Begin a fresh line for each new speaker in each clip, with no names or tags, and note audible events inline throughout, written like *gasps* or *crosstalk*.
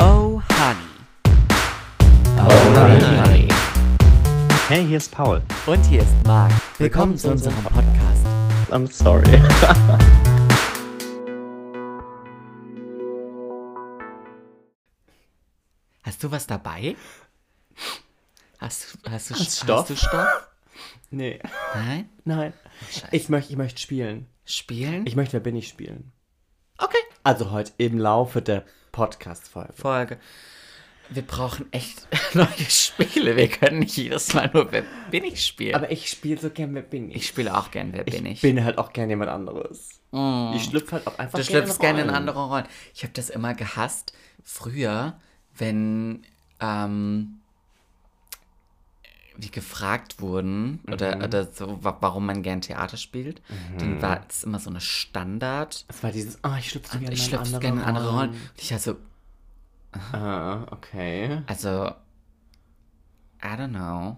Oh, Honey. Oh,
Alright.
Hey, hier ist Paul.
Und hier ist Marc. Willkommen zu unserem Podcast.
I'm sorry. *laughs*
Hast du was dabei? Hast, du- hast, du,
Hast
Sto-
Stoff?
hast du Stoff?
Nee.
Nein?
Nein. Ich möchte ich möcht spielen.
Spielen?
Ich möchte Wer bin ich spielen.
okay.
Also heute im Laufe der Podcast-Folge.
Folge. Wir brauchen echt *laughs* neue Spiele. Wir können nicht jedes Mal nur Wer bin ich spielen.
Aber ich spiele so gern Wer bin ich.
ich spiele auch gern Wer bin ich. Mm.
bin halt auch gern jemand anderes. Ich schlüpfe halt auch einfach
Du schlüpfst
gern
gerne in
Rollen.
andere Rollen. Ich habe das immer gehasst. Früher, wenn ähm, wir gefragt wurden oder,
Mhm.
oder so, wa warum man gern Theater spielt, dann war es immer so eine Standard.
Das war dieses, ah, ich schlüpfe gerne
Ich
in andere
schlüpfe gerne in andere Rollen. Und ich also,
Ah, okay.
also, I don't know.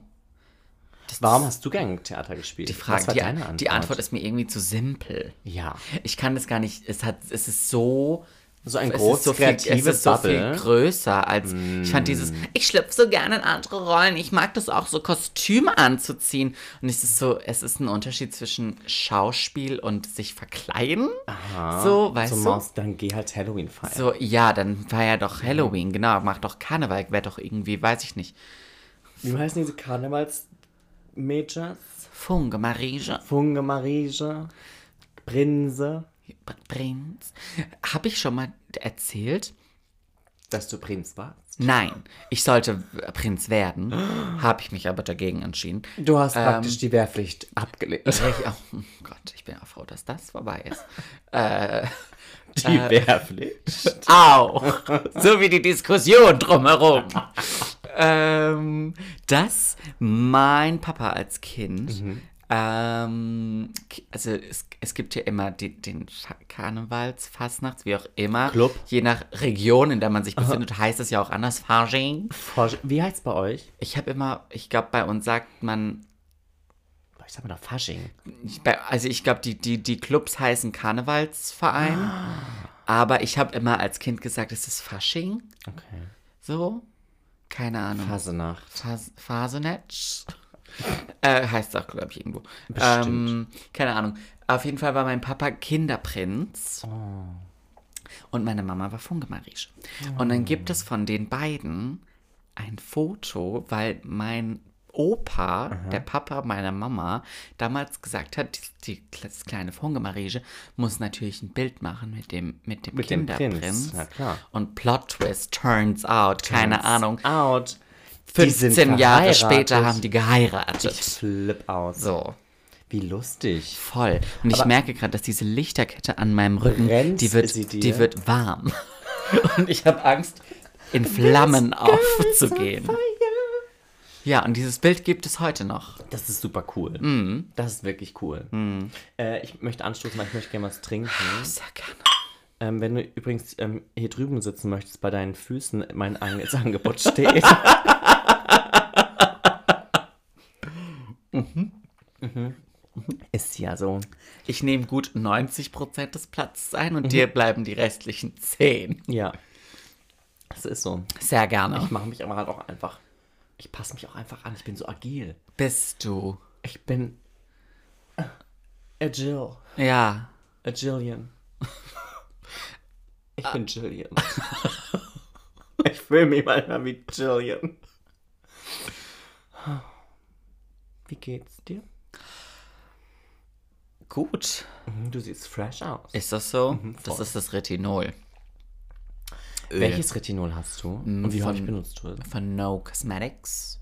Das
Warum
ist-
hast du gern Theater gespielt?
die Frage?
Was war
Die,
deine
Antwort? die Antwort ist mir irgendwie zu simpel.
ja.
Ich kann das gar nicht. Es hat, es ist so
So ein
Es
groß
ist so viel, es
kreatives
ist so viel
Bubble. Mm.
größer als ich fand dieses ich schlüpfe so gerne in andere Rollen ich mag das auch so Kostüme anzuziehen und es ist so es ist ein Unterschied zwischen Schauspiel und sich verkleiden so weißt du
so Maus, dann geh halt Halloween feiern.
so ja dann war ja doch Halloween genau mach doch Karneval wäre doch irgendwie weiß ich nicht
Wie heißen diese Karnevals Majors?
Funke Marige
Funge Marige, Prinze.
Prinz habe ich schon mal erzählt
Dass du Prinz warst?
nein ich sollte Prinz
*gasps*
werden habe ich mich aber dagegen entschieden
Du hast praktisch die Wehrpflicht
*laughs*
abgelehnt.
Ich, oh Gott, ich bin auch froh, dass das vorbei ist.
Die Wehrpflicht?
Auch. So wie die Diskussion drumherum. ähm, dass mein Papa als Kind, ähm, ki- also es, es gibt ja immer die, den Fa- Karnevals, Fastnachts, wie auch immer.
Club.
Je nach Region, in der man sich befindet, heißt es ja auch anders, Fasching.
Forsch- Wie heißt bei euch?
Ich habe immer, ich glaube, bei uns sagt man
Ich sag mal doch Fasching.
Ich bei- Also ich glaube, die, die, die Clubs heißen Karnevalsverein. Aber ich habe immer als Kind gesagt, es ist Fasching.
Okay.
So. Keine Ahnung.
Hasenacht.
Fas Fasenetsch.
*laughs*
äh, heißt auch, glaube ich, irgendwo.
Bestimmt.
Ähm, keine Ahnung. Auf jeden Fall war mein Papa Kinderprinz.
Oh.
Und meine Mama war Fungemarisch. Und dann gibt es von den beiden ein Foto, weil mein Opa, der Papa meiner Mama, damals gesagt hat, die, die, das kleine Fungemarige muss natürlich ein Bild machen mit dem, mit dem
Mit dem Prinz,
Kinderprinz.
na klar.
Und Plot Twist, turns out, keine Ahnung.
Out. Die sind
15 Jahre
verheiratet.
später haben die
Ich
geheiratet.
flipp aus.
So,
Wie lustig. *laughs*
voll. Und ich merke gerade, dass diese Lichterkette an meinem Rücken,
Brennt
die wird,
sie dir?
die wird
*laughs*
warm. Und ich habe Angst, in Flammen aufzugehen. Ja, und dieses Bild gibt es heute noch.
Das ist super cool. Das ist wirklich cool. Äh, ich möchte anstoßen, weil ich möchte gerne was trinken.
Sehr gerne.
Ähm, wenn du übrigens ähm, hier drüben sitzen möchtest, bei deinen Füßen, mein An das *laughs* Angebot steht. Mhm. Ist ja so.
Ich nehme gut 90% des Platzes ein
Mhm.
und dir bleiben die restlichen 10.
Ja. Das ist so.
Sehr gerne.
Ich mache mich aber halt auch einfach. Ich passe mich auch einfach an. Ich bin so agil.
Bist du?
Ich bin. Agil.
Ja.
Agilian. *laughs* Ich bin *laughs* Jillian. ich fühle mich manchmal wie Jillian. Wie geht's dir?
Gut.
Mhm, Du siehst fresh aus.
Ist das so?
Mhm,
das ist das Retinol. Öl.
Welches Retinol hast du? Und wie
von-
häufig benutzt du es?
Von No Cosmetics.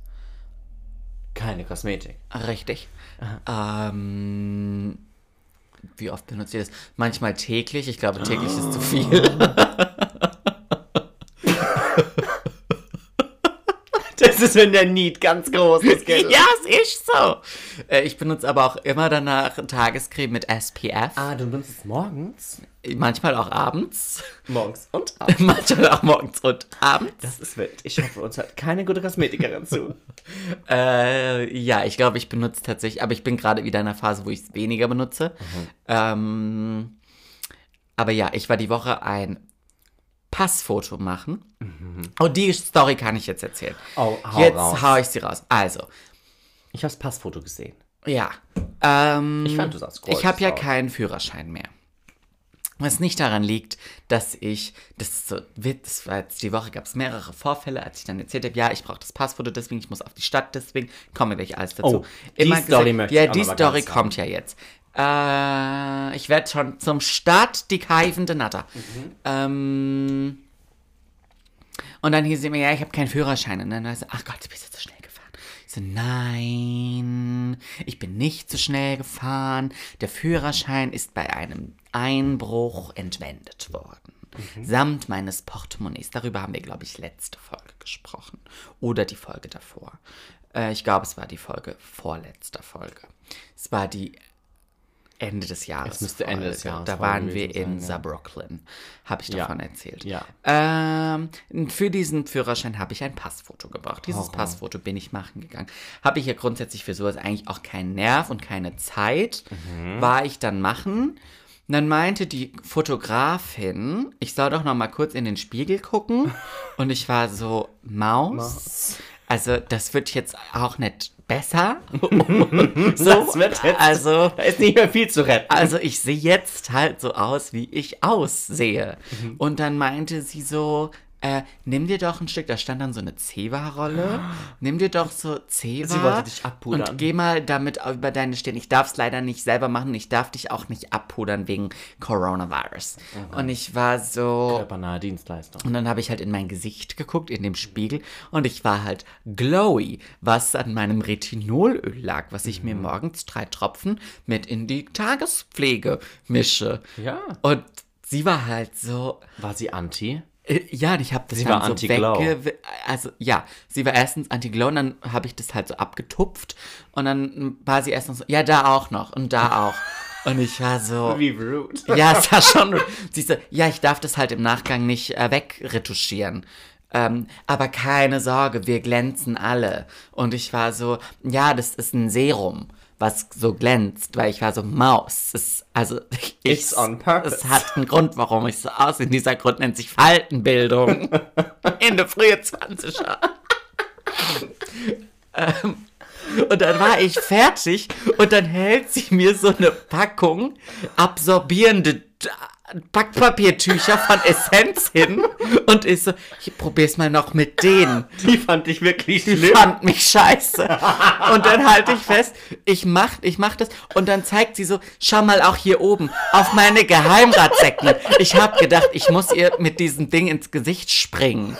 Keine Kosmetik.
Richtig. Ähm, wie oft benutzt ihr das? Manchmal täglich. Ich glaube, täglich ist zu viel.
Das ist, wenn der Need ganz groß
*laughs*
ist. *laughs*
ja, es ist so. Äh, Ich benutze aber auch immer danach Tagescreme mit SPF.
Ah, du benutzt es morgens?
Manchmal auch abends. *laughs*
Morgens *laughs* und abends.
Manchmal auch morgens und abends.
Das ist wild. Ich hoffe, uns hört keine gute Kosmetikerin zu.
Äh, ja, ich glaube, ich benutze tatsächlich, aber ich bin gerade wieder in einer Phase, wo ich es weniger benutze. Ähm, aber ja, ich war die Woche ein Passfoto machen Und die Story kann ich jetzt erzählen.
Oh, hau
jetzt
raus.
hau ich sie raus. Also,
Ich habe das Passfoto gesehen.
ja. Ähm,
Ich fand, du sahst
Ich habe ja
aus.
keinen Führerschein mehr. Was nicht daran liegt, dass ich, das ist so Witz, weil jetzt die Woche gab es mehrere Vorfälle, als ich dann erzählt habe, ja, ich brauche das Passfoto deswegen, ich muss auf die Stadt deswegen, komme gleich alles dazu.
Oh, die Story möchte ich
Ja,
auch
die
noch mal
Story
ganz
kommt ja jetzt. Äh, ich werde schon zum Start die keifende Natter.
Mhm.
Ähm, und dann hieß sie mir, ja, ich habe keinen Führerschein. Und dann war sie, ach Gott, du bist jetzt so schnell gefahren. Ich so, nein, ich bin nicht so schnell gefahren. Der Führerschein ist bei einem Einbruch entwendet worden.
Mhm.
Samt meines Portemonnaies. Darüber haben wir, glaube ich, letzte Folge gesprochen. Oder die Folge davor. Äh, ich glaube, es war die Folge vorletzter Folge. Es war die Ende des Jahres.
Es müsste Ende des
Folge.
Jahres
Da
Folge
waren wir
gewesen
in
sein, ja.
Saarbrücken. Habe ich
Ja.
davon erzählt.
Ja.
Ähm, für diesen Führerschein habe ich ein Passfoto gebraucht. Dieses
Horror.
Passfoto bin ich machen gegangen. Habe ich ja grundsätzlich für sowas eigentlich auch keinen Nerv und keine Zeit.
Mhm.
War ich dann machen. Und dann meinte die Fotografin, ich soll doch noch mal kurz in den Spiegel
*laughs*
gucken. Und ich war so, Maus? Also das wird jetzt auch nicht besser. so,
Das wird *laughs* jetzt-
also
Da ist nicht mehr viel zu retten.
also ich sehe jetzt halt so aus, wie ich aussehe.
Mhm.
Und dann meinte sie so, äh, nimm dir doch ein Stück, da stand dann so eine Zewa-Rolle, nimm dir doch so Zewa
Sie wollte dich abpudern.
und geh mal damit über deine Stirn. Ich darf es leider nicht selber machen, ich darf dich auch nicht abpudern wegen Coronavirus.
Oh
Und ich war so...
Körpernahe Dienstleistung.
Und dann habe ich halt in mein Gesicht geguckt, in dem Spiegel, und ich war halt glowy, was an meinem Retinolöl lag, was ich
Mhm.
mir morgens drei Tropfen mit in die Tagespflege mische.
Ja.
Und sie war halt so,
War sie anti?
äh, ja, und ich habe das
Sie
dann
war
so
anti-glow.
wegge- Also ja, sie war erstens anti-glow und dann habe ich das halt so abgetupft und dann war sie erst noch so, ja, da auch noch und da auch. Und ich war so,
Wie rude.
*laughs* ja, es war schon. Sie so, ja, ich darf das halt im Nachgang nicht äh, wegretuschieren. Ähm, aber keine Sorge, wir glänzen alle. Und ich war so, ja, das ist ein Serum, was so glänzt, weil ich war so Maus. Es ist, also *laughs* ich,
It's on purpose.
Es hat einen Grund, warum ich so aussehe. Dieser Grund nennt sich
*laughs*
Faltenbildung. In der frühe 20er. Ähm, Und dann war ich fertig und dann hält sie mir so eine Packung absorbierende D- Backpapiertücher von Essenz hin und ist so, ich probier's mal noch mit denen.
Die fand ich wirklich
Die
schlimm.
fand mich scheiße. Und dann halte ich fest, ich mach, ich mach das und dann zeigt sie so, schau mal auch hier oben auf meine Geheimratsecken. Ich hab gedacht, ich muss ihr mit diesem Ding ins Gesicht springen.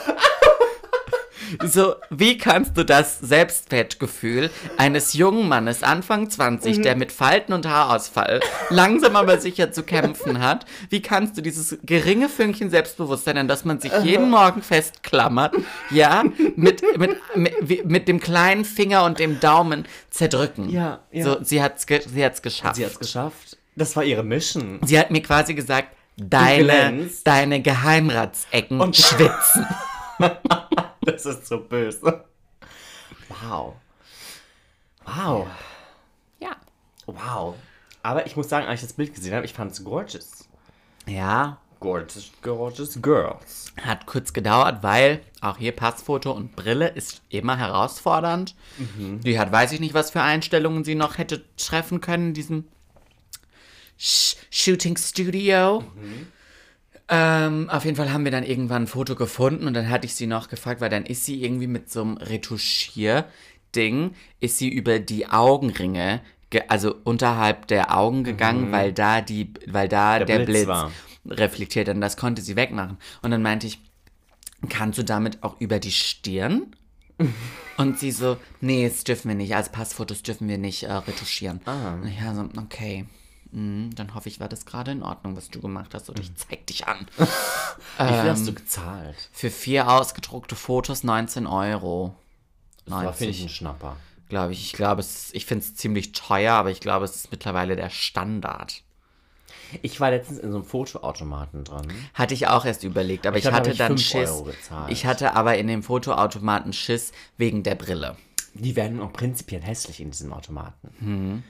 So, wie kannst du das Selbstwertgefühl eines jungen Mannes Anfang 20,
Mhm.
der mit Falten und Haarausfall langsam aber sicher zu kämpfen hat, wie kannst du dieses geringe Fünkchen Selbstbewusstsein, an das man sich jeden Morgen festklammert, ja, mit, mit, mit, wie- mit dem kleinen Finger und dem Daumen zerdrücken?
Ja, ja.
So, sie hat's, ge sie hat's geschafft.
Sie hat's geschafft. Das war ihre Mission.
Sie hat mir quasi gesagt, deine,
glänzt.
deine Geheimratsecken
Und-
schwitzen.
*laughs* Das ist so böse. Wow. Wow.
Ja.
Wow. Aber ich muss sagen, als ich das Bild gesehen habe, ich fand es gorgeous.
Ja,
Gorgeous, gorgeous girls.
Hat kurz gedauert, weil auch hier Passfoto und Brille ist immer herausfordernd. Hm. Die hat, weiß ich nicht, was für Einstellungen sie noch hätte treffen können in diesem Sh Shooting Studio.
Mhm.
Ähm, auf jeden Fall haben wir dann irgendwann ein Foto gefunden und dann hatte ich sie noch gefragt, weil dann ist sie irgendwie mit so einem Retuschierding, ist sie über die Augenringe, ge- also unterhalb der Augen gegangen, weil da die, weil da der,
Mhm. Blitz
Blitz,
war.
reflektiert und das konnte sie wegmachen. Und dann meinte ich, kannst du damit auch über die Stirn? Und sie so, nee, das dürfen wir nicht. Als Passfotos dürfen wir nicht äh, retuschieren.
Ah.
Und ich war so, okay. Mhm, dann hoffe ich, war das gerade in Ordnung, was du gemacht hast. Und
Mhm.
ich zeig dich an.
Wie viel hast du gezahlt?
Für vier ausgedruckte Fotos 19 Euro.
Das war, finde ich,
90,
ein Schnapper.
glaube ich. Ich glaube, es ist, ich finde es ziemlich teuer, aber ich glaube, es ist mittlerweile der Standard.
Ich war letztens in so einem Fotoautomaten drin.
Hatte ich auch erst überlegt, aber ich,
glaub, da hab
hatte
ich
dann
fünf
Schiss.
Euro gezahlt.
Ich hatte aber in dem Fotoautomaten Schiss wegen der Brille.
Die werden auch prinzipiell hässlich in diesem Automaten.
Hm.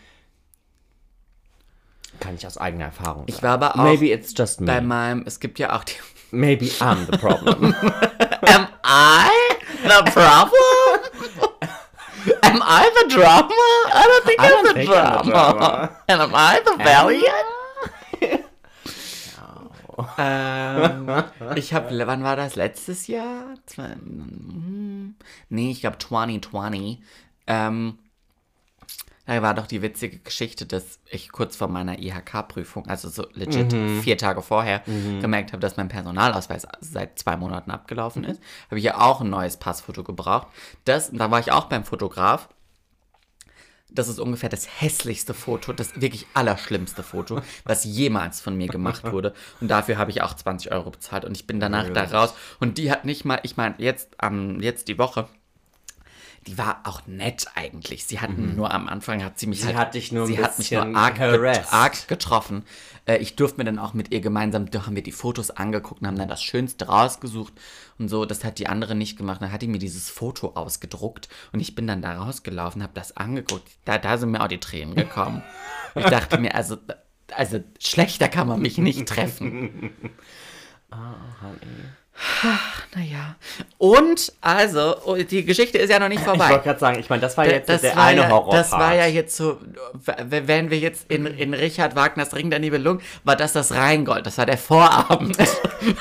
Kann ich aus eigener Erfahrung sagen.
Ich war aber auch
Maybe it's just
bei
me.
meinem, es gibt ja auch die *laughs*
Maybe I'm the problem.
Am a problem? *laughs* am I the drama? I don't think I am the
think I'm
drama.
the drama.
And am I the valiant? ähm, ich habe, wann war das? Letztes Jahr? Zwei- hm, Nee, ich glaube 2020. Ähm, da war doch die witzige Geschichte, dass ich kurz vor meiner IHK-Prüfung, also so legit vier Tage vorher, gemerkt habe, dass mein Personalausweis seit zwei Monaten abgelaufen ist. Habe ich ja auch ein neues Passfoto gebraucht. Das, da war ich auch beim Fotograf. Das ist ungefähr das hässlichste Foto, das wirklich allerschlimmste Foto, was jemals von mir gemacht wurde. Und dafür habe ich auch 20 Euro bezahlt. Und ich bin danach da raus. Und die hat nicht mal, ich meine, jetzt, am jetzt die Woche, die war auch nett eigentlich. Sie hat nur am Anfang hat sie mich
Mhm. Sie
halt,
hat dich nur ein
sie hat mich nur
bisschen
arg, get,
harassed.
arg getroffen. Äh, ich durfte mir dann auch mit ihr gemeinsam, da haben wir die Fotos angeguckt und haben dann das Schönste rausgesucht und so. Das hat die andere nicht gemacht. Dann hat die mir dieses Foto ausgedruckt und ich bin dann da rausgelaufen, habe das angeguckt. Da, da sind mir auch die Tränen gekommen. ich dachte mir, also, also schlechter kann man mich nicht treffen.
*laughs*
Naja. Und also, oh, die Geschichte ist ja noch nicht
Ich
vorbei.
wollte gerade sagen, ich meine, das war jetzt
das
der
war
eine
ja,
Horrorpart. Mhm.
Das war ja jetzt so, w- wären wir jetzt in, in Richard Wagners Ring der Nibelung, war das das Rheingold, das war der
*laughs*
Vorabend.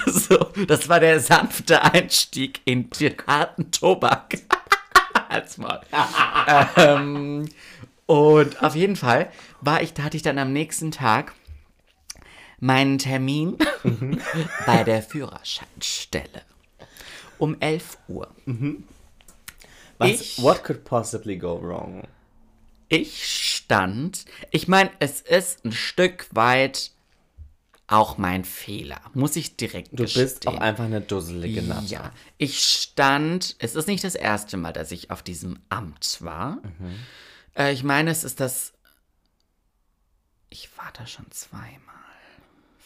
so, das war der sanfte Einstieg in den harten Tobak. *laughs* Halt's Maul. ähm, und auf jeden Fall war ich, da hatte ich dann am nächsten Tag meinen Termin
Mhm.
*laughs* bei der Führerscheinstelle um 11 Uhr.
Was,
ich-
What could possibly go wrong?
ich stand, ich meine, es ist ein Stück weit auch mein Fehler, muss ich direkt
Du bist auch
gestehen.
einfach eine dusselige Natter.
Ja, ich stand, es ist nicht das erste Mal, dass ich auf diesem Amt war.
Mhm.
Äh, ich meine, es ist das, ich war da schon zweimal.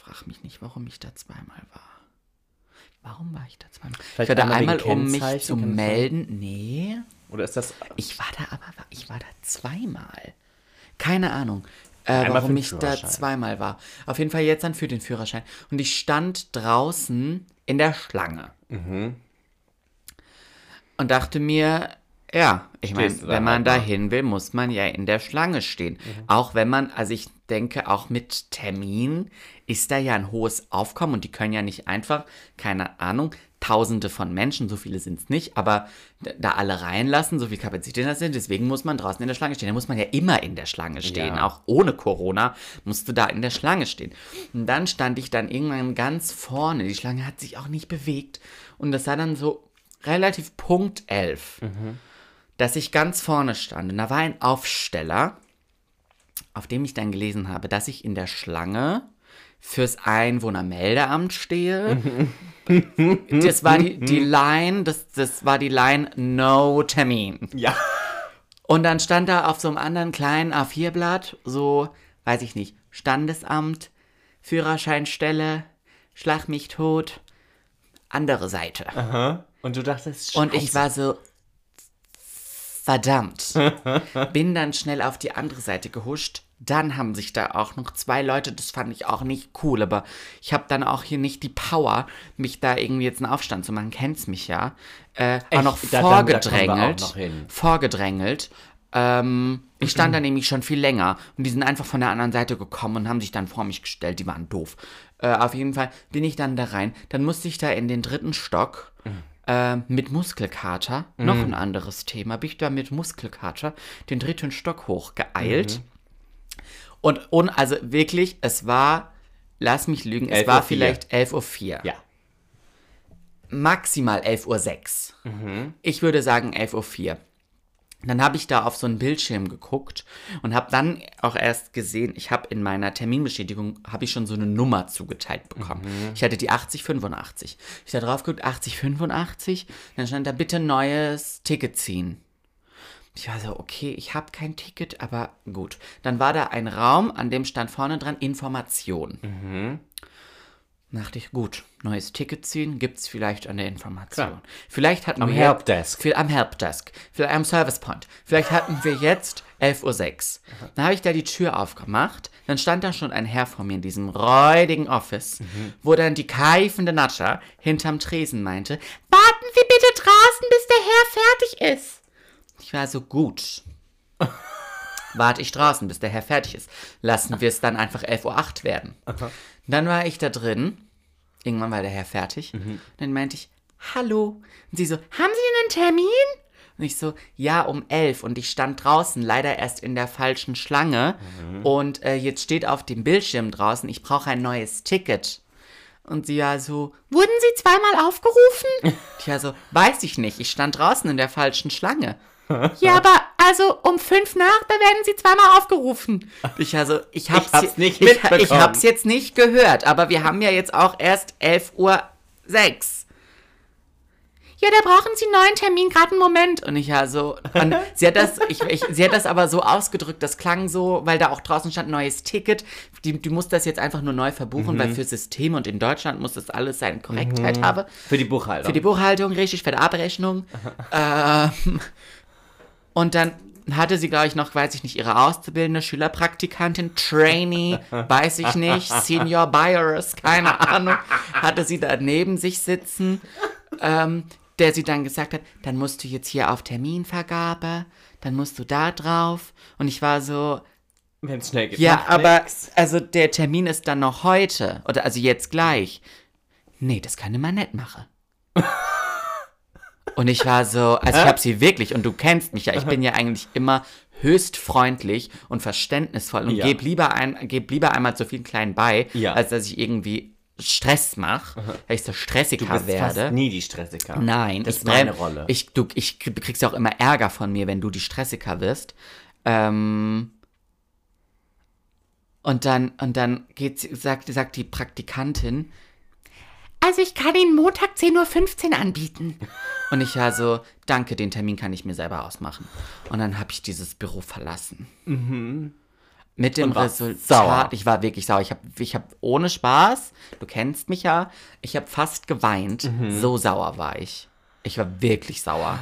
Frag mich nicht, warum ich da zweimal war. Warum war ich da zweimal?
Vielleicht
ich war da
einmal wegen
einmal, um mich
Kennzeichen,
zu
kann das sein?
melden. Nee.
Oder ist das
Ich war da aber, ich war da zweimal. Keine Ahnung, äh,
Einmal für
warum
den
ich da
Führerschein.
zweimal war. Auf jeden Fall jetzt dann für den Führerschein. Und ich stand draußen in der Schlange.
Mhm.
Und dachte mir, ja, ich meine,
Stehst du da
wenn man
halt mal.
dahin will, muss man ja in der Schlange stehen. Auch wenn man, also ich denke, auch mit Termin ist da ja ein hohes Aufkommen und die können ja nicht einfach, keine Ahnung, Tausende von Menschen, so viele sind es nicht, aber d- da alle reinlassen, so viel Kapazität das sind, deswegen muss man draußen in der Schlange stehen. Da muss man ja immer in der Schlange stehen,
Ja.
auch ohne Corona musst du da in der Schlange stehen. Und dann stand ich dann irgendwann ganz vorne, die Schlange hat sich auch nicht bewegt und das war dann so relativ Punkt 11 dass ich ganz vorne stand. Und da war ein Aufsteller, auf dem ich dann gelesen habe, dass ich in der Schlange fürs Einwohnermeldeamt stehe. das war die, die Line, das, das war die Line No Termin.
Ja.
Und dann stand da auf so einem anderen kleinen A4-Blatt, so, weiß ich nicht, Standesamt, Führerscheinstelle, Schlag mich tot, andere Seite.
Und du dachtest,
Und ich war so, verdammt. Bin dann schnell auf die andere Seite gehuscht. Dann haben sich da auch noch zwei Leute, das fand ich auch nicht cool, aber ich habe dann auch hier nicht die Power, mich da irgendwie jetzt einen Aufstand zu machen, kennst mich ja. Äh, auch noch
Da- da- da kommen wir auch
vorgedrängelt.
noch hin.
vorgedrängelt. Ähm, ich stand da nämlich schon viel länger und die sind einfach von der anderen Seite gekommen und haben sich dann vor mich gestellt, die waren doof. Äh, auf jeden Fall bin ich dann da rein. Dann musste ich da in den dritten Stock äh, mit Muskelkater, noch
Mhm.
ein anderes Thema, bin ich da mit Muskelkater den dritten Stock hochgeeilt.
Mhm.
Und, und also wirklich, es war, lass mich lügen, es
11.04
war vielleicht 11.04 Uhr.
Ja.
Maximal 11.06 Uhr. Ich würde sagen 11.04 Uhr. Dann habe ich da auf so einen Bildschirm geguckt und habe dann auch erst gesehen, ich habe in meiner Terminbestätigung, habe ich schon so eine Nummer zugeteilt bekommen. Ich hatte die 8085. Ich da drauf geguckt, 8085, dann stand da bitte neues Ticket ziehen. Ich war so, okay, ich habe kein Ticket, aber gut. Dann war da ein Raum, an dem stand vorne dran Information.
Mhm.
Dachte ich, gut, neues Ticket ziehen, gibt's vielleicht an der Information.
Klar.
Vielleicht hatten
Am
wir ja-
Helpdesk.
viel am Helpdesk, vielleicht am Service Point. Vielleicht hatten wir jetzt 11.06 Uhr. Dann habe ich da die Tür aufgemacht. Dann stand da schon ein Herr vor mir in diesem räudigen
Mhm.
Office, wo dann die keifende Natscha hinterm Tresen meinte, warten Sie bitte draußen,
warten, bis der Herr fertig ist.
Ich war so gut. Warte ich draußen, bis der Herr fertig ist. Lassen wir es dann einfach 11.08 Uhr werden. Dann war ich da drin. Irgendwann war der Herr fertig. Dann meinte ich, hallo. Und sie so, haben Sie einen Termin? Und ich so, ja, um 11. Und ich stand draußen, leider erst in der falschen Schlange.
Mhm.
Und äh, jetzt steht auf dem Bildschirm draußen, ich brauche ein neues Ticket. Und sie ja so,
Wurden Sie zweimal
*laughs*
aufgerufen?
tja, so, weiß ich nicht. Ich stand draußen in der falschen
*laughs*
Schlange.
Ja, aber also um fünf nach, da werden Sie zweimal aufgerufen.
Ich also, ich hab's,
hab's nicht
ich, ich
mitbekommen.
hab's jetzt nicht gehört, aber wir haben ja jetzt auch erst 11 Uhr sechs.
Ja, da brauchen Sie einen neuen Termin, gerade einen Moment.
Und ich also, und sie hat das, ich, ich, sie hat das aber so ausgedrückt, das klang so, weil da auch draußen stand neues Ticket. Die, die muss das jetzt einfach nur neu verbuchen, weil für System und in Deutschland muss das alles seine Korrektheit haben.
Für die Buchhaltung.
Für die Buchhaltung, richtig, für die Abrechnung. ähm, und dann hatte sie, glaube ich, noch, weiß ich nicht, ihre Auszubildende, Schülerpraktikantin, Trainee, weiß ich nicht, Senior Buyers, keine Ahnung, hatte sie da neben sich sitzen, ähm, der sie dann gesagt hat, dann musst du jetzt hier auf Terminvergabe, dann musst du da drauf. Und ich war so,
Wir haben es schnell gemacht.
ja, aber also der Termin ist dann noch heute oder also jetzt gleich. Nee, das kann ich mal nicht
*laughs*
machen. und ich war so, also ich habe sie wirklich und du kennst mich ja, ich bin ja eigentlich immer höchst freundlich und verständnisvoll und
Ja.
gebe lieber ein geb lieber einmal zu vielen kleinen bei,
Ja.
als dass ich irgendwie Stress mache, weil ich so stressiger
Du bist
werde.
fast nie die Stressiker.
Nein,
das
ich
ist meine
brem-
Rolle.
Ich, du, ich krieg- kriegst ja auch immer Ärger von mir, wenn du die Stressiker wirst. Ähm, und dann, und dann geht, sagt, sagt die Praktikantin,
Also ich kann Ihnen Montag 10.15 Uhr anbieten.
und ich ja so, danke, den Termin kann ich mir selber ausmachen. Und dann habe ich dieses Büro verlassen. Mit dem
Mhm. Und war
Resultat,
sauer.
ich war wirklich sauer. Ich habe ich hab ohne Spaß, du kennst mich ja, ich habe fast geweint.
Mhm.
So sauer war ich. Ich war wirklich sauer.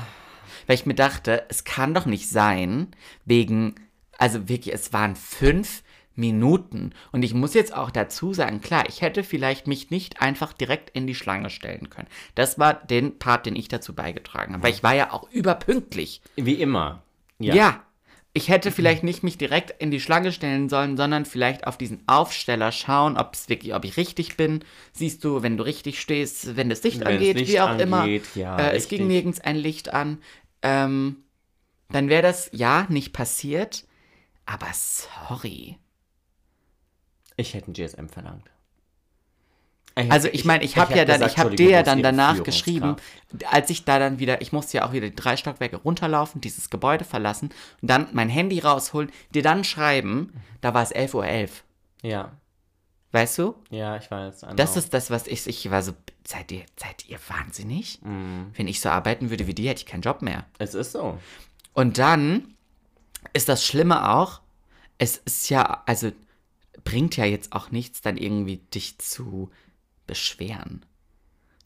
Weil ich mir dachte, es kann doch nicht sein, wegen, also wirklich, es waren fünf Minuten. Und ich muss jetzt auch dazu sagen, klar, ich hätte vielleicht mich nicht einfach direkt in die Schlange stellen können. Das war den Part, den ich dazu beigetragen habe. Weil ich war ja auch überpünktlich.
Wie immer.
Ja. Ich hätte vielleicht nicht mich direkt in die Schlange stellen sollen, sondern vielleicht auf diesen Aufsteller schauen, ob es wirklich, ob ich richtig bin. Siehst du, wenn du richtig stehst, wenn das Licht
Wenn das
angeht,
Licht
wie auch immer.
angeht, ja,
äh, es ging
Ah, richtig.
nirgends ein Licht an. Ähm, dann wäre das ja nicht passiert. Aber sorry.
Ich hätte einen GSM verlangt.
Also ich meine, ich habe ja dann, ich habe dir ja dann danach geschrieben, als ich da dann wieder, ich musste ja auch wieder die drei Stockwerke runterlaufen, dieses Gebäude verlassen und dann mein Handy rausholen, dir dann schreiben, da war es 11.11 Uhr.
Ja,
Weißt du?
ja, ich weiß. Genau.
Das ist das, was ich, ich war so, seid ihr, seid ihr wahnsinnig?
Mhm.
Wenn ich so arbeiten würde wie die, hätte ich keinen Job mehr.
Es ist so.
Und dann ist das Schlimme auch, es ist ja, also bringt ja jetzt auch nichts, dann irgendwie dich zu beschweren.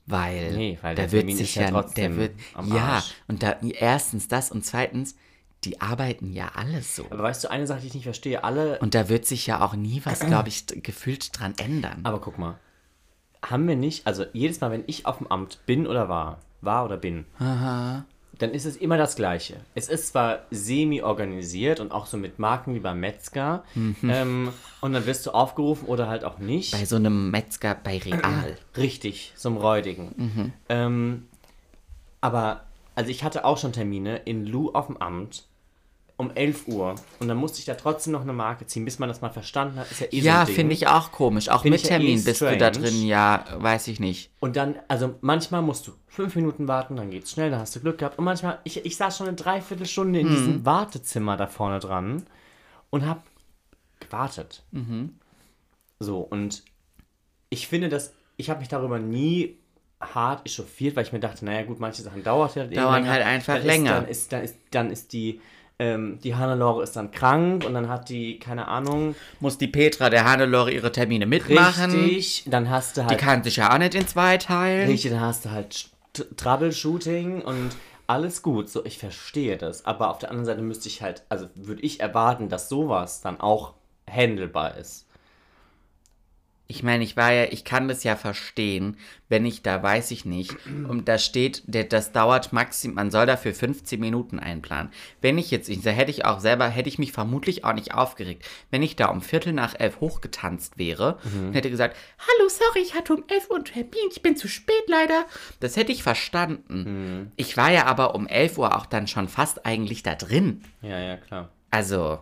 Weil,
Nee, weil
da
der
wird
Termin
sich
ist ja
ja, der
trotzdem
wird,
am
ja,
Arsch.
und da, erstens das und zweitens, die arbeiten ja alles so.
Aber weißt du, eine Sache, die ich nicht verstehe, alle.
Und da wird sich ja auch nie was, glaube ich, d- gefühlt dran ändern.
aber guck mal, haben wir nicht, also jedes Mal, wenn ich auf dem Amt bin oder war, war oder bin, dann ist es immer das Gleiche. Es ist zwar semi-organisiert und auch so mit Marken wie beim Metzger,
Mhm.
ähm, und dann wirst du aufgerufen oder halt auch nicht.
bei so einem Metzger bei
*clears throat*
Real.
Richtig, zum Räudigen. Ähm, aber, also ich hatte auch schon Termine in Lu auf dem Amt um 11 Uhr und dann musste ich da trotzdem noch eine Marke ziehen, bis man das mal verstanden hat. Ist ja eh
Ja,
so ein Ding.
finde ich auch komisch. Auch
Find
mit
ich ja eh
Termin bist du da
strange.
drin, ja, weiß ich nicht.
Und dann, also manchmal musst du fünf Minuten warten, dann geht's schnell, dann hast du Glück gehabt. Und manchmal, ich, ich saß schon eine Dreiviertelstunde in
Mhm.
diesem Wartezimmer da vorne dran und hab gewartet.
Mhm.
So, und ich finde, dass ich habe mich darüber nie hart echauffiert, weil ich mir dachte, naja gut, manche Sachen dauert halt eben
Dauern
länger.
halt einfach
dann
länger.
Ist, dann, ist, dann, ist, dann ist die, ähm, die Hannelore ist dann krank und dann hat die, keine Ahnung,
Muss die Petra der Hannelore ihre Termine mitmachen?
richtig, dann hast du
Die
halt
kann sich ja auch nicht in zwei teilen.
Richtig, dann hast du halt St- Troubleshooting und alles gut. So, ich verstehe das. Aber auf der anderen Seite müsste ich halt, also würde ich erwarten, dass sowas dann auch handelbar ist.
Ich meine, ich war ja, ich kann das ja verstehen, wenn ich da, weiß ich nicht, und da steht, der, das dauert maximal, man soll dafür 15 Minuten einplanen. Wenn ich jetzt, ich, da hätte ich auch selber, hätte ich mich vermutlich auch nicht aufgeregt, wenn ich da um Viertel nach elf hochgetanzt wäre
Mhm.
und hätte gesagt,
Hallo, sorry, ich hatte um 11 Uhr einen Termin. Ich bin zu spät leider.
das hätte ich verstanden.
Mhm.
Ich war ja aber um 11 Uhr auch dann schon fast eigentlich da drin.
Ja, ja, klar.
Also,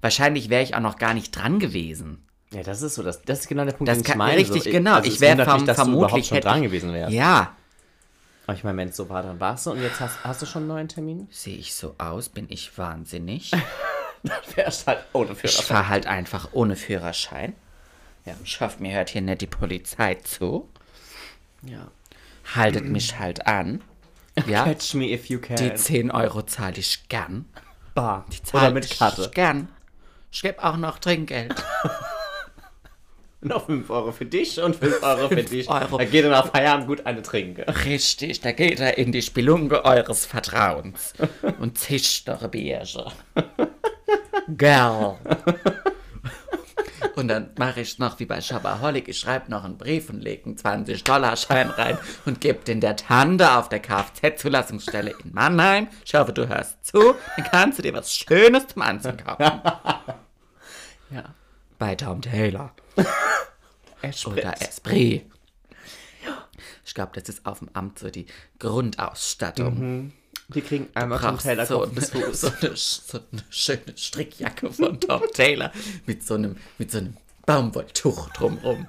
wahrscheinlich wäre ich auch noch gar nicht dran gewesen.
Ja, das ist so, das, das ist genau der Punkt,
Das
den ich
kann-
meine.
richtig,
so,
genau.
Also
Ich
es
wär
wundert mich,
verm-
dass du überhaupt
vermutlich
schon
hätte
dran
ich-
gewesen wärst.
Ja,
Aber ich meine, wenn es so war, dann warst du und jetzt hast, hast du schon einen
*laughs*
neuen Termin?
sehe ich so aus, bin ich wahnsinnig.
*laughs* Wärst halt ohne Führer.
Ich fahre halt einfach ohne Führerschein. Ja, ich hoffe, mir hört hier nicht die Polizei zu.
Ja. Halt
Haltet mich halt
*laughs*
an. Ja,
Catch me if you can.
die 10 Euro zahle ich gern.
Bar. Die
Zahl
Oder mit Karte.
Ich gern. Ich gebe auch noch Trinkgeld.
*laughs* Noch 5 Euro für dich
*laughs*
und 5 Euro für dich.
Euro.
Da geht dann auf Feierabend gut eine trinke.
Richtig, da geht er in die Spelunke eures Vertrauens und zischt eure Bierche. Girl. Und dann mache ich es noch wie bei Shabaholic. Ich schreibe noch einen Brief und lege einen 20-Dollar-Schein rein und gebe den der Tante auf der Kfz-Zulassungsstelle in Mannheim. Ich hoffe, du hörst zu. Dann kannst du dir was Schönes zum Anziehen kaufen.
Ja.
Bei Tom Taylor.
Esprit.
Oder Esprit. Ich glaube, das ist auf dem Amt so die Grundausstattung.
Mhm, Wir kriegen einmal Tom
brauchst
Taylor
so,
Kopf
eine,
bis
*laughs*
Fuß.
so, eine, so eine schöne Strickjacke von Tom Taylor mit so einem, mit so einem Baumwolltuch drumrum.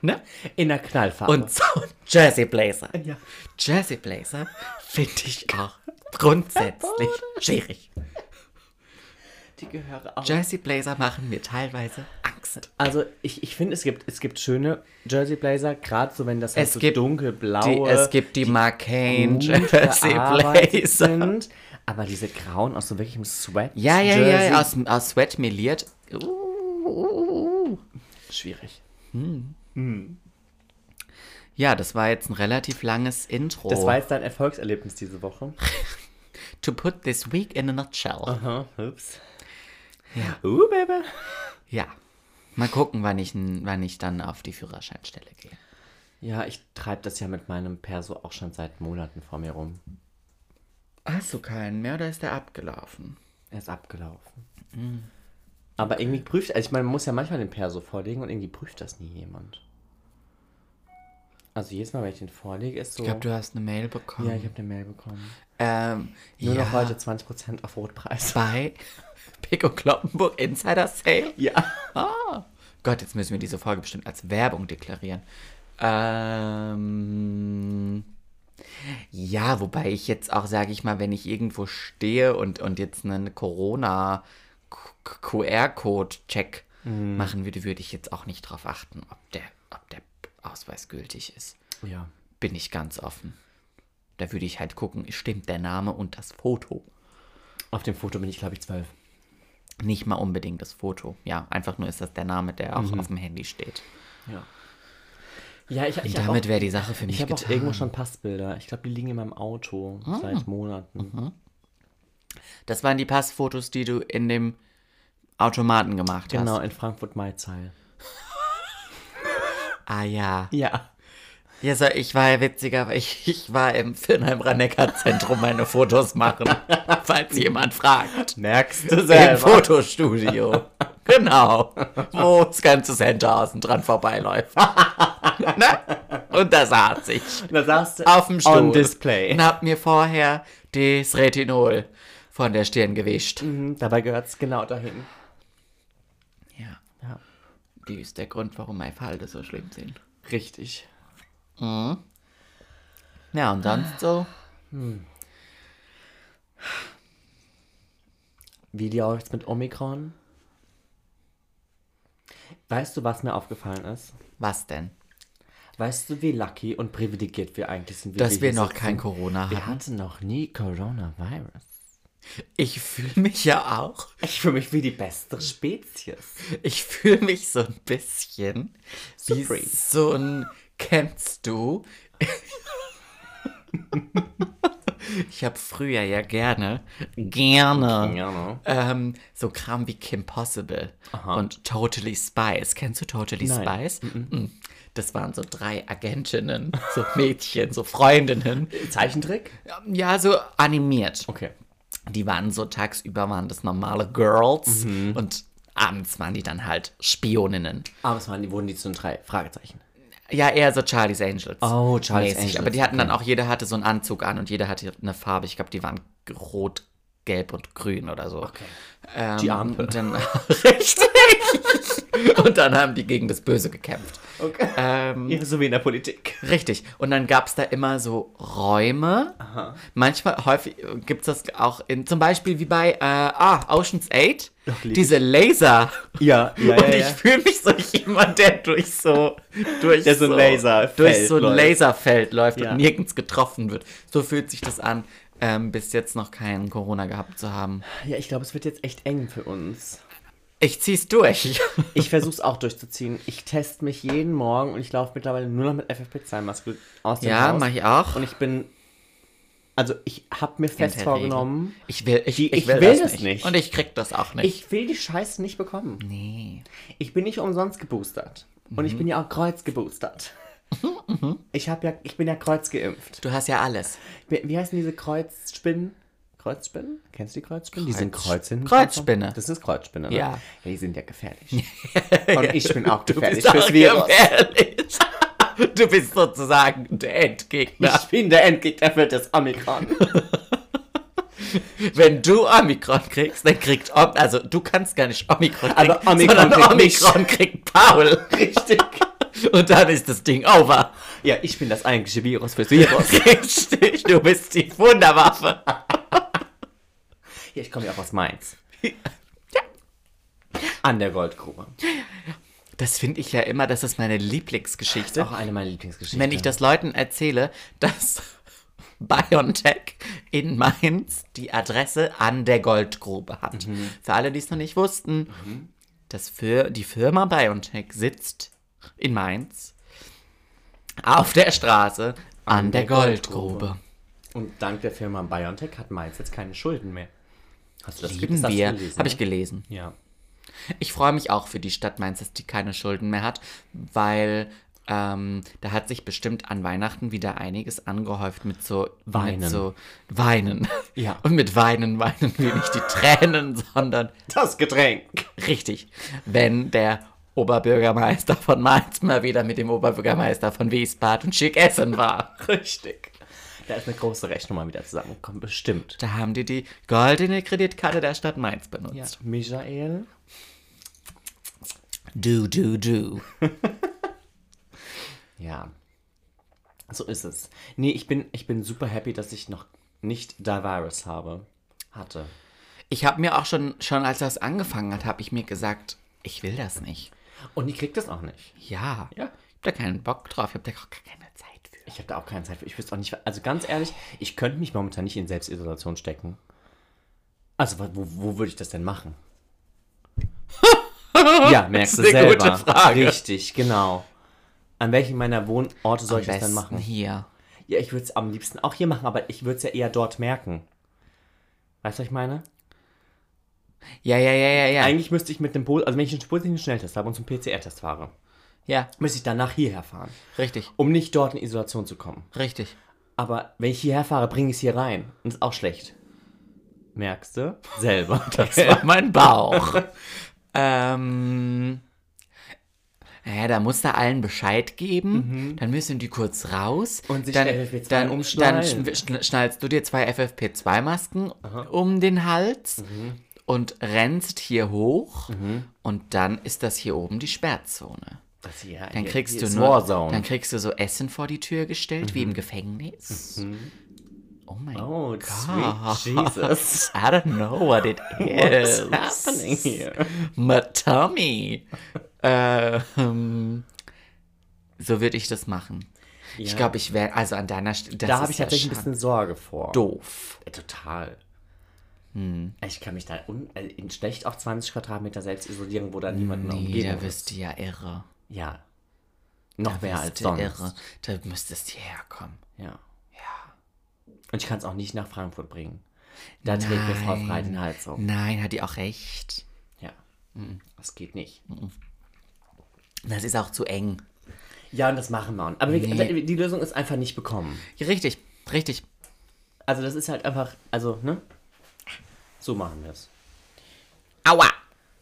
Ne?
In der Knallfarbe.
Und so ein Jersey Blazer.
Ja.
Jersey Blazer finde ich auch grundsätzlich schwierig.
die gehören auch.
Jersey Blazer machen mir teilweise Angst.
Also ich, ich finde, es gibt, es gibt schöne Jersey Blazer, gerade so wenn das halt
Es
so
gibt Die,
dunkelblaue, *laughs*
es gibt die Marcane
gut
Jersey
verarbeitet
Blazer.
sind. Aber diese grauen aus so wirklichem Sweat.
Ja, ja, ja,
Jersey,
ja, aus, aus Sweat meliert. Uh,
Schwierig.
ja, das war jetzt ein relativ langes Intro.
Das war jetzt dein Erfolgserlebnis diese Woche.
To put this week in a nutshell.
Aha, ups. Uh, Baby.
Ja. Mal gucken, wann ich, wann ich dann auf die Führerscheinstelle gehe.
Ja, ich treibe das ja mit meinem Perso auch schon seit Monaten vor mir rum.
Hast du keinen mehr oder ist der abgelaufen?
Er ist abgelaufen. Aber irgendwie prüft, also ich meine, man muss ja manchmal den Perso vorlegen und irgendwie prüft das nie jemand. Also jedes Mal, wenn ich den vorlege, ist so.
Ich glaube, du hast eine Mail bekommen.
ja, ich habe eine Mail bekommen.
ähm,
Nur
ja,
noch heute 20% auf Rotpreis. *laughs*
Bei Pico Kloppenburg Insider Sale.
Ja.
Gott, jetzt müssen wir diese Folge bestimmt als Werbung deklarieren. Ähm, ja, wobei ich jetzt auch, sage ich mal, wenn ich irgendwo stehe und, und jetzt einen Corona-QR-Code-Check machen würde, würde ich jetzt auch nicht drauf achten, ob der, ob der Ausweis gültig ist.
Ja.
Bin ich ganz offen. Da würde ich halt gucken, stimmt der Name und das Foto.
Auf dem Foto bin ich, glaube ich, 12.
Nicht mal unbedingt das Foto. Ja, einfach nur ist das der Name, der auch auf dem Handy steht.
Ja. Ja, ich, ich
Und
hab
damit
auch-
wäre die Sache für mich
Ich habe auch
getan.
irgendwo schon Passbilder. Ich glaube, die liegen in meinem Auto seit Monaten.
Das waren die Passfotos, die du in dem Automaten gemacht
Genau,
hast.
in Frankfurt-Maizal.
Ah ja.
Ja.
Ja, so, ich war ja witziger, *laughs* weil ich, ich war im Firnheim neckar zentrum meine Fotos machen. *laughs* falls jemand fragt.
Merkst du
Im Fotostudio. *laughs* genau. Wo das ganze Centerhausen dran vorbeiläuft. *laughs* ne? Und da saß ich.
Da sagst du
Auf dem Stuhl.
On Display.
Und hab mir vorher das Retinol von der Stirn gewischt.
Mhm, Dabei gehört es genau dahin.
Ja.
Ja.
Die ist der Grund, warum meine Falten so schlimm sind.
Richtig.
Ja, und sonst so?
Wie läuft's mit Omikron? Weißt du, was mir aufgefallen ist?
Was denn?
Weißt du, wie lucky und privilegiert wir eigentlich sind? wie
Dass wir
hier
noch
sitzen?
kein Corona
Wir
haben.
hatten noch nie Coronavirus.
Ich fühle mich ja auch.
Ich fühle mich wie die beste Spezies.
Ich fühle mich so ein bisschen wie
Supreme.
so ein, kennst du? Ich habe früher ja gerne, gerne,
Gerne.
Ähm, so Kram wie Kim Possible und Totally Spice. Kennst du Totally
Nein.
Spice? Mm. Das waren so drei Agentinnen, so Mädchen, so *laughs* Freundinnen.
Zeichentrick?
Ja, so animiert.
Okay.
Die waren so tagsüber, waren das normale Girls
Mhm.
und abends waren die dann halt Spioninnen.
Aber es waren, die- wurden die zu den drei Fragezeichen.
Ja, eher so Charlie's Angels.
Oh, Charlie's Angels,
Aber die hatten dann auch, jeder hatte so einen Anzug an und jeder hatte eine Farbe. Ich glaube, die waren rot, gelb und grün oder so. Okay. Ähm,
Die Ampel.
und Dann, *laughs* richtig. und dann haben die gegen das Böse gekämpft.
Okay. ja, so wie in der Politik.
Richtig. Und dann gab es da immer so Räume. Manchmal, häufig gibt es das auch in, zum Beispiel wie bei äh, ah, Ocean's 8,
Oh, lieb
diese Laser.
Ja, ja,
Und ich fühle mich so jemand, der durch so durch
Der so ein Laserfeld
durch so ein
läuft.
Laserfeld läuft
Ja.
und nirgends getroffen wird. So fühlt sich das an, ähm, bis jetzt noch keinen Corona gehabt zu haben.
ja, ich glaube, es wird jetzt echt eng für uns.
Ich zieh's
*laughs*
durch.
Ich versuche es auch durchzuziehen. Ich teste mich jeden Morgen und ich laufe mittlerweile nur noch mit FFP2-Maske aus dem
ja,
Haus.
mach ich auch.
Und ich bin, also ich habe mir fest
Hinterher
vorgenommen,
reden. Ich will, ich,
Die-
ich
ich
will,
will
das,
das
nicht.
nicht.
Und ich krieg das auch nicht.
ich will die Scheiße nicht bekommen.
nee. Mhm.
Ich bin nicht umsonst geboostert. Und ich bin ja auch
*laughs*
kreuz geboostert. ich, hab ja, ich bin ja kreuz geimpft.
Du hast ja alles.
Wie, wie heißen diese Kreuzspinnen? Kreuzspinnen? Kennst du die Kreuzspinnen? Die sind
Kreuz-
Kreuz hinten.
Kreuzspinne.
drauf. Das sind Kreuzspinne, ne?
Ja.
ja. Die sind
*laughs*
ja gefährlich. Und ich bin auch gefährlich
auch
fürs Virus.
gefährlich. *laughs* Du bist sozusagen der Endgegner.
Ich bin der Endgegner für das Omikron.
Wenn du Omikron kriegst, dann kriegt Om also du kannst gar nicht Omikron kriegen,
Aber Also Omikron
sondern
kriegt mich.
Omikron kriegt Paul.
Richtig.
Und dann ist das Ding over.
Ja, ich bin das eigentliche Virus fürs
*laughs*
Virus.
Richtig, du bist die Wunderwaffe.
Ja, ich komme ja auch aus Mainz. An der Goldgrube.
Das finde ich ja immer, das ist meine Lieblingsgeschichte.
Auch eine meiner Lieblingsgeschichten.
wenn ich das Leuten erzähle, *laughs* dass BioNTech in Mainz die Adresse an der Goldgrube hat.
Mhm.
Für alle, die es noch nicht wussten, dass für die Firma BioNTech sitzt in Mainz auf der Straße an, der,
der
Goldgrube.
Goldgrube. Und dank der Firma BioNTech hat Mainz jetzt keine Schulden mehr. Hast du das
Lieben
das hast du
wir,
gelesen,
habe ich
ne?
gelesen.
Ja.
Ich freue mich auch für die Stadt Mainz, dass die keine Schulden mehr hat, weil ähm, da hat sich bestimmt an Weihnachten wieder einiges angehäuft mit so
Weinen.
Mit so Weinen.
Ja.
Und mit Weinen weinen wir nicht die Tränen, sondern
Das Getränk. *laughs*
richtig, wenn der Oberbürgermeister von Mainz mal wieder mit dem Oberbürgermeister von Wiesbaden und Schick Essen war.
Richtig. Da ist eine große Rechnung mal wieder zusammengekommen, bestimmt.
Da haben die die goldene Kreditkarte der Stadt Mainz benutzt.
Michael.
Du, du, du.
Ja. So ist es. Nee, ich bin, ich bin super happy, dass ich noch nicht Divirus habe. Hatte.
Ich habe mir auch schon, schon als das angefangen hat, habe ich mir gesagt, ich will das nicht.
Und ich krieg das auch nicht.
Ja.
Ja.
Ich hab da keinen Bock drauf. Ich hab da auch gar keine Zeit für.
Ich habe da auch keine Zeit für. Ich wüsste auch nicht. Also ganz ehrlich, ich könnte mich momentan nicht in Selbstisolation stecken. Also wo, wo würde ich das
*laughs*
denn machen? ja, merkst du
Das ist eine
selber.
gute Frage.
Richtig, genau. An welchen meiner Wohnorte soll ich das dann machen?
hier.
Ja, ich würde es am liebsten auch hier machen, aber ich würde es ja eher dort merken. Weißt du, was ich meine?
Ja, ja, ja, ja, ja.
Eigentlich müsste ich mit dem Pol, also wenn ich einen positiven Schnelltest habe und zum PCR-Test fahre,
ja,
müsste ich danach hierher fahren,
richtig,
um nicht dort in Isolation zu kommen.
richtig.
Aber wenn ich hierher fahre, bringe ich es hier rein. Und das ist auch schlecht. Merkst du?
*laughs*
Selber. *laughs*
Das war mein Bauch. ähm. Ja, da muss da allen Bescheid geben. Dann müssen die kurz raus.
Mhm. Und sich
dann,
FFP2
dann,
umschnallen.
Dann schn- schn- schnallst du dir zwei FFP2-Masken um den Hals
Mhm.
und rennst hier hoch. Und dann ist das hier oben die Sperrzone.
Das hier,
Dann
hier-
kriegst
hier
du
ist
nur,
Warzone. Mhm.
dann kriegst du so Essen vor die Tür gestellt, wie im Gefängnis. Oh mein
oh,
Gott.
sweet
*laughs*
Jesus.
I don't know what
*laughs*
it is.
What's happening here?
My tummy. ähm, so würde ich das machen. Ich
Ja.
glaube, ich wäre, also an deiner Stelle.
Da habe ich tatsächlich ein bisschen Sorge vor.
doof.
Äh, Total.
Hm.
Ich kann mich da un äh, in schlecht auf 20 Quadratmeter selbst isolieren, wo da niemand mehr
Nee,
umgeht.
da wirst du ja irre.
Ja. Noch mehr
Wirst
als
du
sonst.
irre. Da müsstest du herkommen.
Ja. Und ich kann es auch nicht nach Frankfurt bringen. Da trägt mir Frau frei den Hals auf.
Nein, hat die auch recht.
Ja. Das geht nicht.
Das ist auch zu eng.
Ja, und das machen wir. Aber wir-
Nee.
die Lösung ist einfach nicht bekommen.
Ja, richtig, richtig.
Also das ist halt einfach, also, ne? So machen wir es.
Aua!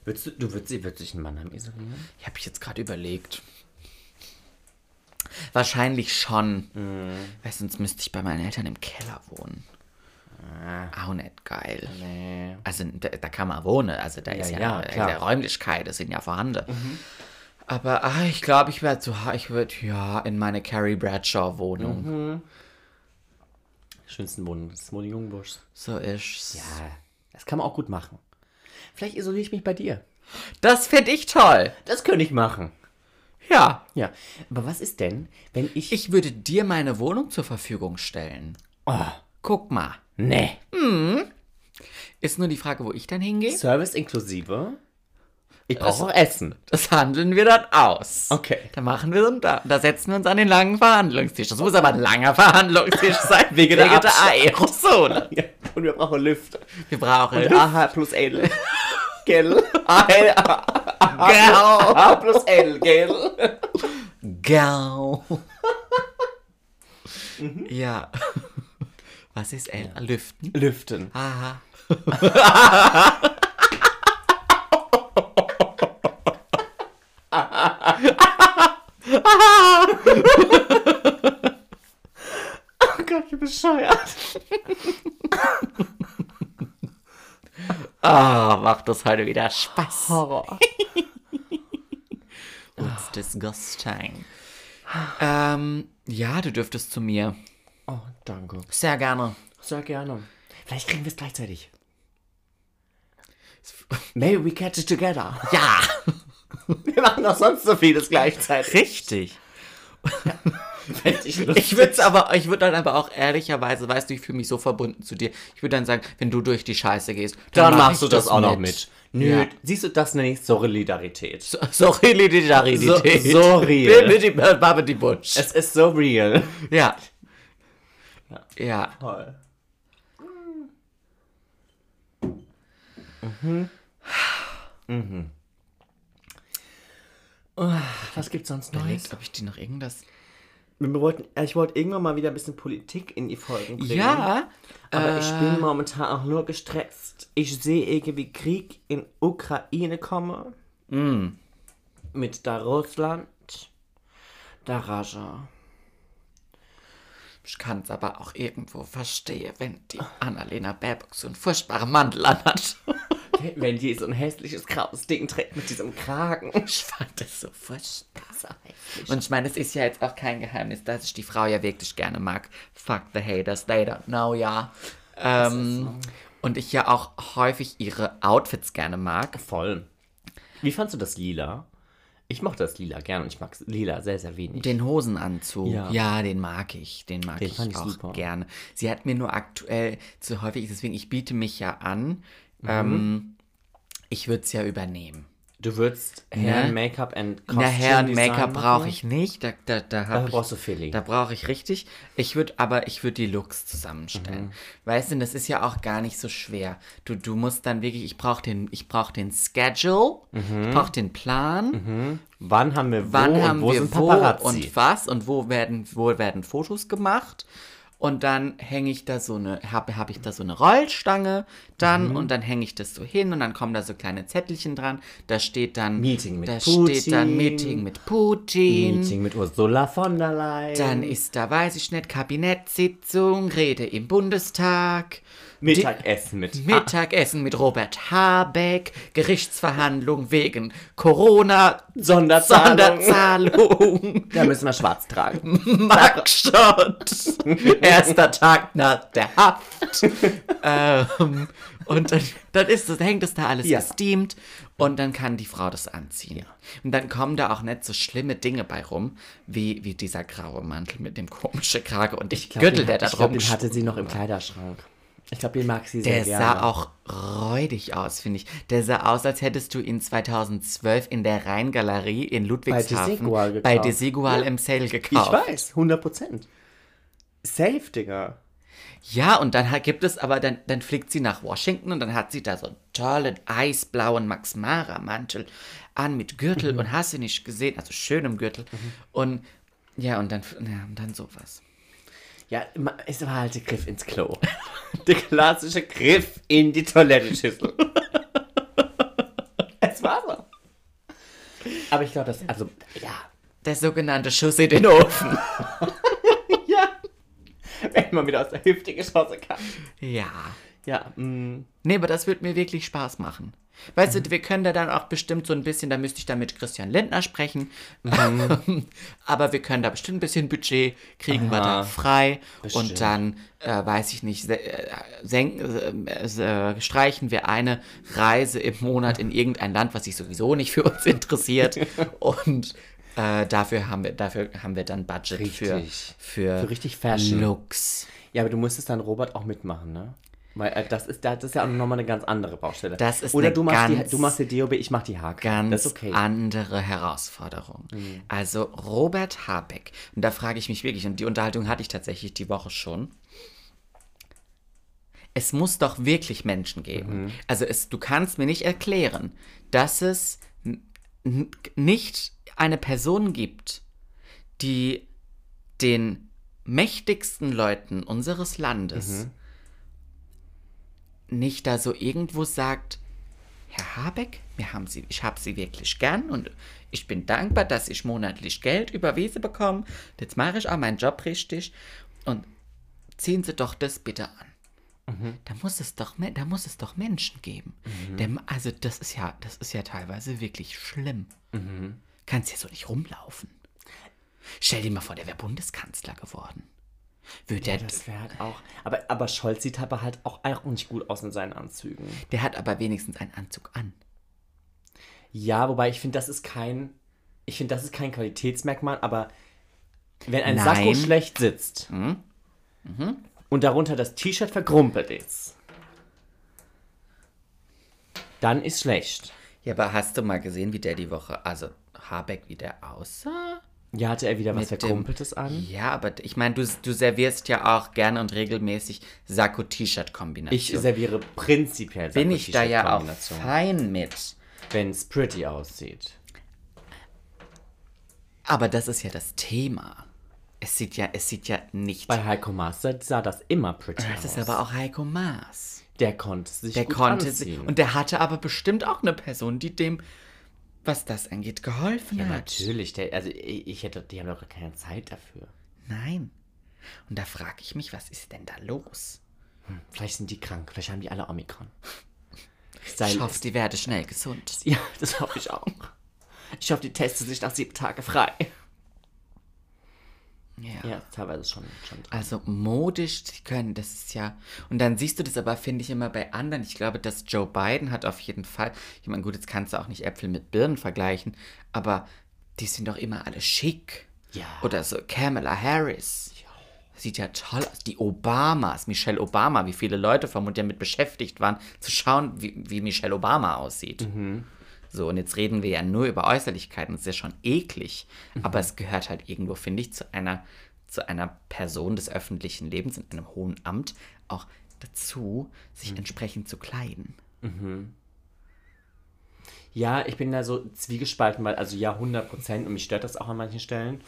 Würdest du, du würdest, würdest dich einen Mannheim isolieren?
Ich habe ich jetzt gerade überlegt. Wahrscheinlich schon. Weil sonst müsste ich bei meinen Eltern im Keller wohnen. Auch nicht geil.
Nee.
Also da, da kann man wohnen, also da ist ja, Mhm.
ja,
äh,
klar.
der Räumlichkeit, das sind ja vorhanden. Aber ah, ich glaube, ich werde zu ha- ich würde ja in meine Carrie Bradshaw Wohnung.
Schönsten Wohnung, das Wohnung Jungbusch.
So ist's.
Ja, das kann man auch gut machen. Vielleicht isoliere ich mich bei dir.
Das finde ich toll.
Das könnte ich machen.
Ja,
Ja, aber was ist denn, wenn ich...
ich würde dir meine Wohnung zur Verfügung stellen.
oh,
Guck mal,
nee.
ist nur die Frage, wo ich dann hingehe.
Service inklusive. Ich brauche auch Essen.
Das handeln wir dann aus.
Okay. *laughs*
Da machen wir und da, da setzen wir uns an den langen Verhandlungstisch. Das muss aber ein langer *laughs* Verhandlungstisch sein wegen der
Wegen der
Aerosole.
Ja, und wir brauchen Lüfter.
Wir brauchen
AH plus Edel. Gell?
Gau.
AH plus Edel, gell?
Gau. Mhm. Ja. Was ist L? Lüften?
Lüften.
Aha.
Oh Gott, wie bescheuert.
Ah, macht das heute wieder Spaß.
Horror.
It's disgusting. Ähm, ja, du dürftest zu mir.
Oh, danke.
Sehr gerne.
Sehr gerne. Vielleicht kriegen wir es gleichzeitig. Maybe we catch it together.
Ja,
Wir machen doch sonst so vieles gleichzeitig.
richtig.
Fände ich
Ich würde aber, ich würde dann aber auch ehrlicherweise, weißt du, ich fühle mich so verbunden zu dir. Ich würde dann sagen, wenn du durch die Scheiße gehst,
Dann
mach
machst du
ich
das auch noch
mit.
mit. Nö,
Ja.
siehst du, das nenne ich Solidarität.
So- Sorry, Solidarität.
So- sorry.
*laughs* Bitte die Barbie die Butsch.
es ist so real.
Ja. Ja.
Toll.
Ah,
Mhm. Mhm. Was gibt's sonst Neues?
Überlegt, ob ich dir noch irgendwas.
Wir wollten, ich wollte irgendwann mal wieder ein bisschen Politik in die Folgen bringen.
Ja.
Aber ich bin
Äh.
momentan auch nur gestresst. Ich sehe irgendwie Krieg in Ukraine komme.
Mm.
Mit da Russland, da Raja.
Ich kann es aber auch irgendwo verstehen, wenn die Annalena Baerbock so einen furchtbaren Mantel anhat. *laughs*
Wenn die so ein hässliches graues Ding trägt mit diesem Kragen.
Ich fand das so furchtbar. Und ich meine, es ist ja jetzt auch kein Geheimnis, dass ich die Frau ja wirklich gerne mag. Fuck the haters, they don't know, ja. Ähm, und ich ja auch häufig ihre Outfits gerne mag.
Voll. Wie fandst du das Lila? Ich mochte das Lila gern und ich mag Lila sehr, sehr wenig.
Den Hosenanzug. Ja.
Ja.
den mag ich. Den mag
Den
ich
fand ich
auch
super.
gerne. Sie hat mir nur aktuell zu häufig, deswegen, ich biete mich ja an.
Mhm.
Ähm, ich würde es ja übernehmen.
Du würdest
Ja.
Hair, Make-up and Costume
Ne? Na, Herr,
Design
Make-up
machen?
brauche ich nicht. Da, da, da hab
Dafür
ich,
brauchst du Feeling.
Da brauche ich richtig. Ich würde aber, ich würde die Looks zusammenstellen.
Mhm.
Weißt du, das ist ja auch gar nicht so schwer. Du, du musst dann wirklich, ich brauche den, ich brauche den Schedule,
Mhm.
ich brauche den Plan.
Wann haben wir wo
wann
und
haben
wo
wir
sind
wo
Paparazzi?
und was und wo werden, wo werden Fotos gemacht. Und dann hänge ich da so eine, habe hab ich da so eine Rollstange dann
Mhm.
und dann hänge ich das so hin und dann kommen da so kleine Zettelchen dran. Da steht dann
Meeting mit
da steht
Putin.
dann Meeting mit Putin.
Meeting mit Ursula von der Leyen.
Dann ist da, weiß ich nicht, Kabinettssitzung, Rede im Bundestag.
Ah. Mittagessen mit.
Mittagessen mit Robert Habeck, Gerichtsverhandlung wegen Corona,
Sonderzahlung. *laughs*
Sonderzahlung,
Da müssen wir schwarz
*laughs*
tragen.
Marktstadt,
*laughs*
erster Tag nach der Haft. ähm, und dann, dann ist das, hängt es da alles
Ja.
gesteamt und dann kann die Frau das anziehen. Und dann kommen da auch nicht so schlimme Dinge bei rum, wie, wie dieser graue Mantel mit dem komischen Krage und ich
glaub, den
Gürtel, der
hat-
da
*laughs* ich glaub,
drum
den hatte sie noch im Kleiderschrank. Ich glaube, den mag sie
Der
sehr
sah
gerne.
auch räudig aus, finde ich. Der sah aus, als hättest du ihn 2012 in der Rheingalerie in Ludwigshafen
Desigual gekauft.
Desigual im Sale
Ich
gekauft.
weiß, 100 Prozent. Safe, Digga.
Ja, und dann hat- gibt es aber, dann, dann fliegt sie nach Washington und dann hat sie da so einen tollen eisblauen Max Mara-Mantel an mit Gürtel und hast du nicht gesehen, also schönem Gürtel. Und ja, und dann, ja, und dann sowas.
Ja, ma- es war halt der Griff ins Klo. *laughs* der klassische Griff in die Toilettenschüssel. *laughs* es war so. Aber ich glaube, das, also, ja.
Der sogenannte Schuss in den Ofen.
*laughs* Ja. Wenn man wieder aus der Hüfte geschossen kann.
ja.
Ja, mm,
Nee, aber das wird mir wirklich Spaß machen. Weißt du, wir können da dann auch bestimmt so ein bisschen, da müsste ich dann mit Christian Lindner sprechen. *laughs* aber wir können da bestimmt ein bisschen Budget kriegen wir da
Mhm. Aha.
frei.
Bestimmt.
Und dann, äh, weiß ich nicht, se- äh, senken, äh, äh, streichen wir eine Reise im Monat in irgendein Land, was sich sowieso nicht für uns
*laughs*
interessiert. Und äh, dafür, haben wir, dafür haben wir dann Budget für,
Richtig.
für,
Für richtig Fashion.
Looks.
ja, aber du musstest dann Robert auch mitmachen, ne? Weil äh, das ist, das ist ja auch nochmal eine ganz andere Baustelle.
Das ist
Oder
eine
du machst,
ganz-
die, du machst die DOB, ich mach die Haare.
ganz
das ist okay. Mhm.
andere Herausforderung. Also Robert Habeck, und da frage ich mich wirklich, und die Unterhaltung hatte ich tatsächlich die Woche schon. Es muss doch wirklich Menschen geben.
Mhm.
Also es, du kannst mir nicht erklären, dass es n- n- nicht eine Person gibt, die den mächtigsten Leuten unseres Landes
Mhm.
nicht da so irgendwo sagt, Herr Habeck, wir haben Sie, ich habe Sie wirklich gern und ich bin dankbar, dass ich monatlich Geld überwiesen bekomme. Jetzt mache ich auch meinen Job richtig und ziehen Sie doch das bitte an. Da muss es doch, me- da muss es doch Menschen geben. Denn, also das ist ja, das ist ja teilweise wirklich schlimm. Kannst ja so nicht rumlaufen. Stell dir mal vor, der wäre Bundeskanzler geworden. Würde er,
Das wäre halt auch. Aber, aber Scholz sieht aber halt auch, auch nicht gut aus in seinen Anzügen.
der hat aber wenigstens einen Anzug an.
Ja, wobei ich finde, das ist kein. Ich finde, das ist kein Qualitätsmerkmal, aber wenn ein
Nein. Mhm.
Sakko schlecht sitzt und darunter das T-Shirt verkrumpelt ist, dann ist schlecht.
Ja, aber hast du mal gesehen, wie der die Woche, also Habeck, wie der aussah?
Ja, hatte er wieder
Mit
was
dem-
Verkrumpeltes an?
Ja, aber ich meine, du, du servierst ja auch gerne und regelmäßig Sakko-T-Shirt-Kombination.
Ich serviere prinzipiell
bin ich da ja auch
auch,
fein mit.
wenn es pretty aussieht.
Aber das ist ja das Thema. Es sieht ja, es sieht ja nicht.
Bei Heiko Master sah das immer pretty
das
aus.
ist aber auch Heiko Maas.
der konnte sich
Der
gut
konnte sich.
anziehen.
Und der hatte aber bestimmt auch eine Person, die dem, was das angeht, geholfen
Ja,
hat.
natürlich. Der, also ich, ich hätte, die haben doch keine Zeit dafür.
Nein. Und da frage ich mich, was ist denn da los?
Vielleicht sind die krank. Vielleicht haben die alle Omikron.
Ich
Style
hoffe,
ist,
die werde schnell gesund.
*laughs* ja, das hoffe ich auch. Ich hoffe, die testen sich nach sieben Tagen frei. Ja, teilweise schon, schon dran.
Also modisch, die können, das ist ja. Und dann siehst du das aber, finde ich, immer bei anderen. Ich glaube, dass Joe Biden hat auf jeden Fall. Ich meine, gut, jetzt kannst du auch nicht Äpfel mit Birnen vergleichen, aber die sind doch immer alle schick.
Ja.
Oder so Kamala Harris. Sieht ja toll aus. Die Obamas, Michelle Obama, wie viele Leute vermutlich damit beschäftigt waren, zu schauen, wie, wie Michelle Obama aussieht. So, und jetzt reden wir ja nur über Äußerlichkeiten. Das ist ja schon eklig. Aber es gehört halt irgendwo, finde ich, zu einer, zu einer Person des öffentlichen Lebens in einem hohen Amt auch dazu, sich entsprechend zu kleiden.
Ja, ich bin da so zwiegespalten, weil, also ja, 100 Prozent und mich stört das auch an manchen Stellen.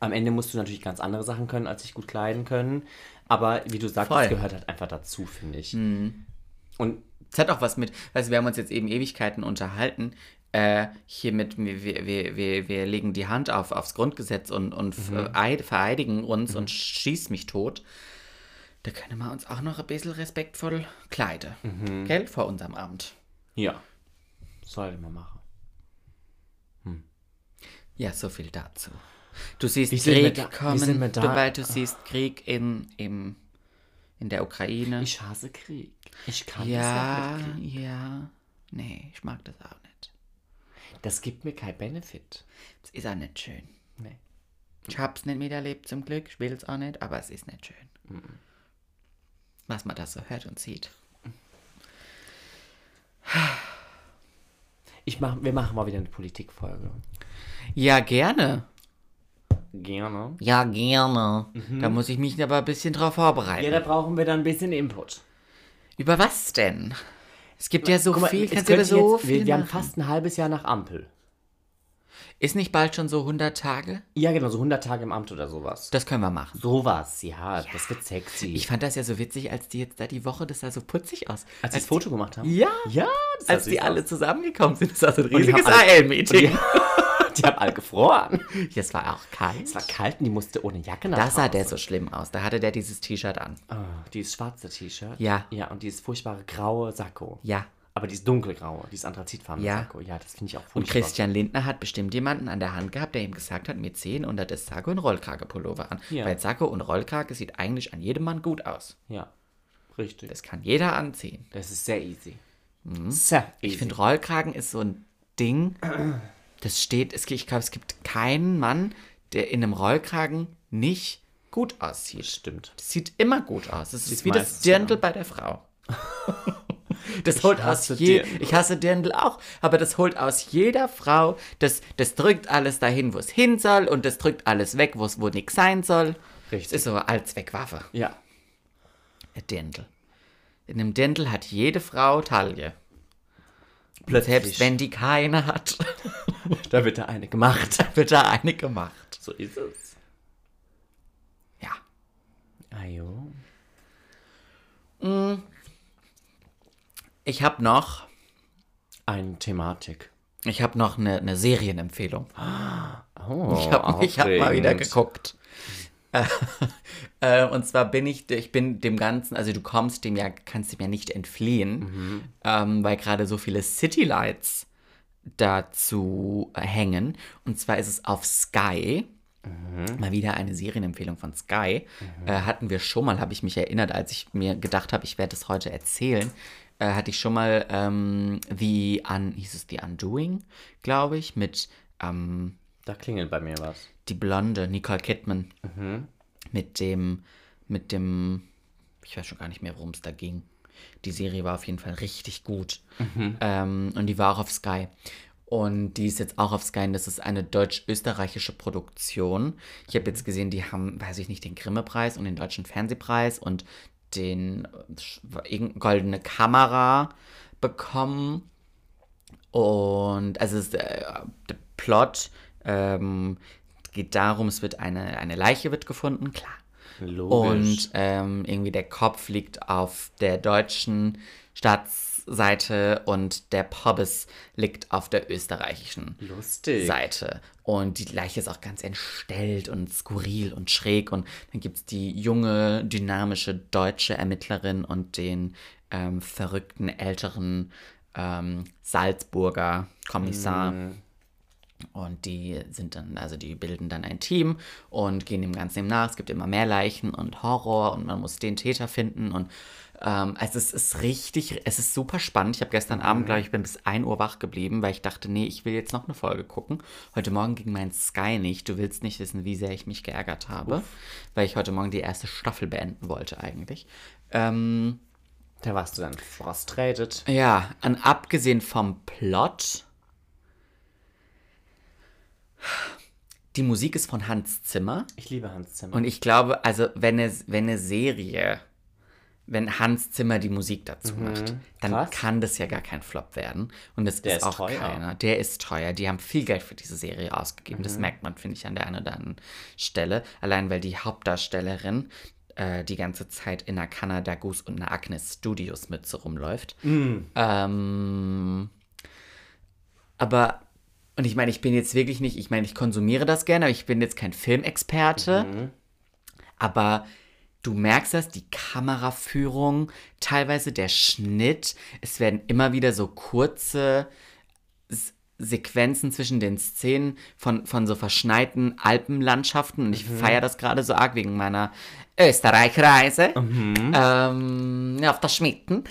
Am Ende musst du natürlich ganz andere Sachen können, als sich gut kleiden können. Aber wie du sagst,
Voll. Mhm.
das gehört halt einfach dazu, finde ich. Und
Es hat auch was mit, also wir haben uns jetzt eben Ewigkeiten unterhalten. Äh, hier mit, wir, wir- wir, wir, wir legen die Hand auf, aufs Grundgesetz und, und
Mhm.
vereid- vereidigen uns und schieß mich tot. Da können wir uns auch noch ein bisschen respektvoll kleiden.
Mhm.
Gell? Vor unserem Amt.
ja, sollte man machen.
Ja, so viel dazu. Du siehst
Wie sind wir
Krieg
da- wie sind wir
kommen,
da-
sobald du siehst Krieg in, im, in der Ukraine.
Ich hasse Krieg. Ich kann das
ja,
nicht mit Krieg.
ja. Nee, ich mag das auch nicht.
Das gibt mir kein Benefit.
Es ist auch nicht schön.
Nee.
Ich hab's nicht miterlebt zum Glück, ich will's auch nicht, aber es ist nicht schön. Was man da so hört und sieht.
Ich mach, wir machen mal wieder eine Politikfolge.
Ja, gerne.
Gerne.
Ja, gerne. Da muss ich mich aber ein bisschen drauf vorbereiten.
Mhm. Ja, da brauchen wir dann ein bisschen Input.
Über was denn? Es gibt ja so
Guck mal,
viel,
es
kannst
könnte
über so
jetzt,
viel
wir, wir haben
machen.
fast ein halbes Jahr nach Ampel.
Ist nicht bald schon so 100 Tage?
Ja, genau, so 100 Tage im Amt oder sowas.
Das können wir machen.
Sowas, ja, das wird sexy.
Ich fand das ja so witzig, als die jetzt da die Woche, das sah so putzig aus.
als wir das Foto gemacht haben.
Ja,
Ja, das
als
sah
die
süß
alle
aus.
zusammengekommen sind, das war so ein
die
riesiges
haben alle-
AL-Meeting.
Die haben alle gefroren.
*laughs* Das war auch kalt.
Es war kalt und die musste ohne Jacke nach
Da sah
Hause.
der so schlimm aus. Da hatte der dieses T-Shirt an.
Ah, dieses schwarze T-Shirt.
Ja.
Ja, und dieses furchtbare graue Sakko.
Ja.
Aber dieses dunkelgraue, dieses anthrazitfarbene
Ja.
Sakko. Ja, das finde ich auch furchtbar.
Und Christian Lindner hat bestimmt jemanden an der Hand gehabt, der ihm gesagt hat, mir ziehen unter das Sakko und Rollkrage-Pullover an.
Ja.
Weil Sakko und Rollkrage sieht eigentlich an jedem Mann gut aus.
Ja, richtig. Das,
Das kann jeder anziehen.
ist sehr easy. Sehr easy.
Ich finde, Rollkragen ist so ein Ding, das steht, es, ich glaube, es gibt keinen Mann, der in einem Rollkragen nicht gut aussieht.
stimmt.
Das sieht immer gut aus. Es ist wie das
meistens gut
Dirndl bei der
*laughs*
Frau. Das holt aus
hasse
je,
Dirndl.
ich hasse Dirndl auch, aber das holt aus jeder Frau, das, das drückt alles dahin, wo es hin soll und das drückt alles weg, wo es wo nichts sein soll. Es
Richtig.
ist so eine Allzweckwaffe,
Ja.
ein Dirndl. In einem Dirndl hat jede Frau Taille. Selbst wenn die keine hat, *laughs*
Da wird da eine gemacht.
wird da eine gemacht.
So ist es.
Ja.
Ajo.
Ich habe noch,
Eine Thematik.
ich habe noch eine, eine Serienempfehlung.
Oh,
Ich habe ich hab mal wieder
aufregend.
geguckt. Äh, *laughs* äh, und zwar bin ich, ich bin dem Ganzen, also du kommst dem ja, kannst dem ja nicht entfliehen,
Mhm.
ähm, weil gerade so viele City Lights dazu äh, hängen. Und zwar ist es auf Sky.
Mhm.
Mal wieder eine Serienempfehlung von Sky. Äh, hatten wir schon mal, habe ich mich erinnert, als ich mir gedacht habe, ich werde es heute erzählen. Äh, hatte ich schon mal ähm, The Un, hieß es The Undoing, glaube ich, mit ähm,
Da klingelt bei mir was.
die Blonde, Nicole Kidman. Mit dem, mit dem, ich weiß schon gar nicht mehr, worum es da ging. Die Serie war auf jeden Fall richtig gut. Ähm, und die war auch auf Sky. Und die ist jetzt auch auf Sky. Und das ist eine deutsch-österreichische Produktion. Ich habe jetzt gesehen, die haben, weiß ich nicht, den Grimme-Preis und den Deutschen Fernsehpreis und den äh, Sch- irgendeine Goldene Kamera bekommen. Und also es ist, äh, der Plot ähm, geht darum, es wird eine, eine Leiche wird gefunden, klar.
Logisch.
Und ähm, irgendwie der Kopf liegt auf der deutschen Staatsseite und der Pobbes liegt auf der österreichischen
lustig.
Seite. Und die Leiche ist auch ganz entstellt und skurril und schräg. Und dann gibt es die junge, dynamische deutsche Ermittlerin und den ähm, verrückten älteren ähm, Salzburger Kommissar. Und die sind dann, also die bilden dann ein Team und gehen dem Ganzen nach. Es gibt immer mehr Leichen und Horror und man muss den Täter finden. Und ähm, also es ist richtig, es ist super spannend. Ich habe gestern Abend, glaube ich, bin bis 1 Uhr wach geblieben, weil ich dachte, nee, ich will jetzt noch eine Folge gucken. Heute Morgen ging mein Sky nicht. Du willst nicht wissen, wie sehr ich mich geärgert habe, weil ich heute Morgen die erste Staffel beenden wollte eigentlich. Ähm,
Da warst du dann frustrated.
ja, an abgesehen vom Plot. Die Musik ist von Hans Zimmer.
Ich liebe Hans Zimmer.
Und ich glaube, also wenn es, wenn eine Serie, wenn Hans Zimmer die Musik dazu macht, dann
Krass.
kann das ja gar kein Flop werden. Und das
Der
ist
ist
auch
teuer.
keiner. Der ist teuer. Die haben viel Geld für diese Serie ausgegeben.
Mhm.
Das merkt man, finde ich, an der einen oder anderen Stelle. Allein weil die Hauptdarstellerin äh, die ganze Zeit in einer Canada Goose und einer Agnes Studios Mütze rumläuft.
Mhm.
Ähm, aber, und ich meine, ich bin jetzt wirklich nicht, ich meine, ich konsumiere das gerne, aber ich bin jetzt kein Filmexperte.
Mhm.
Aber du merkst das, die Kameraführung, teilweise der Schnitt. Es werden immer wieder so kurze S- Sequenzen zwischen den Szenen von, von so verschneiten Alpenlandschaften. Und ich feiere das gerade so arg wegen meiner Österreich-Reise ähm, auf der Schmitten.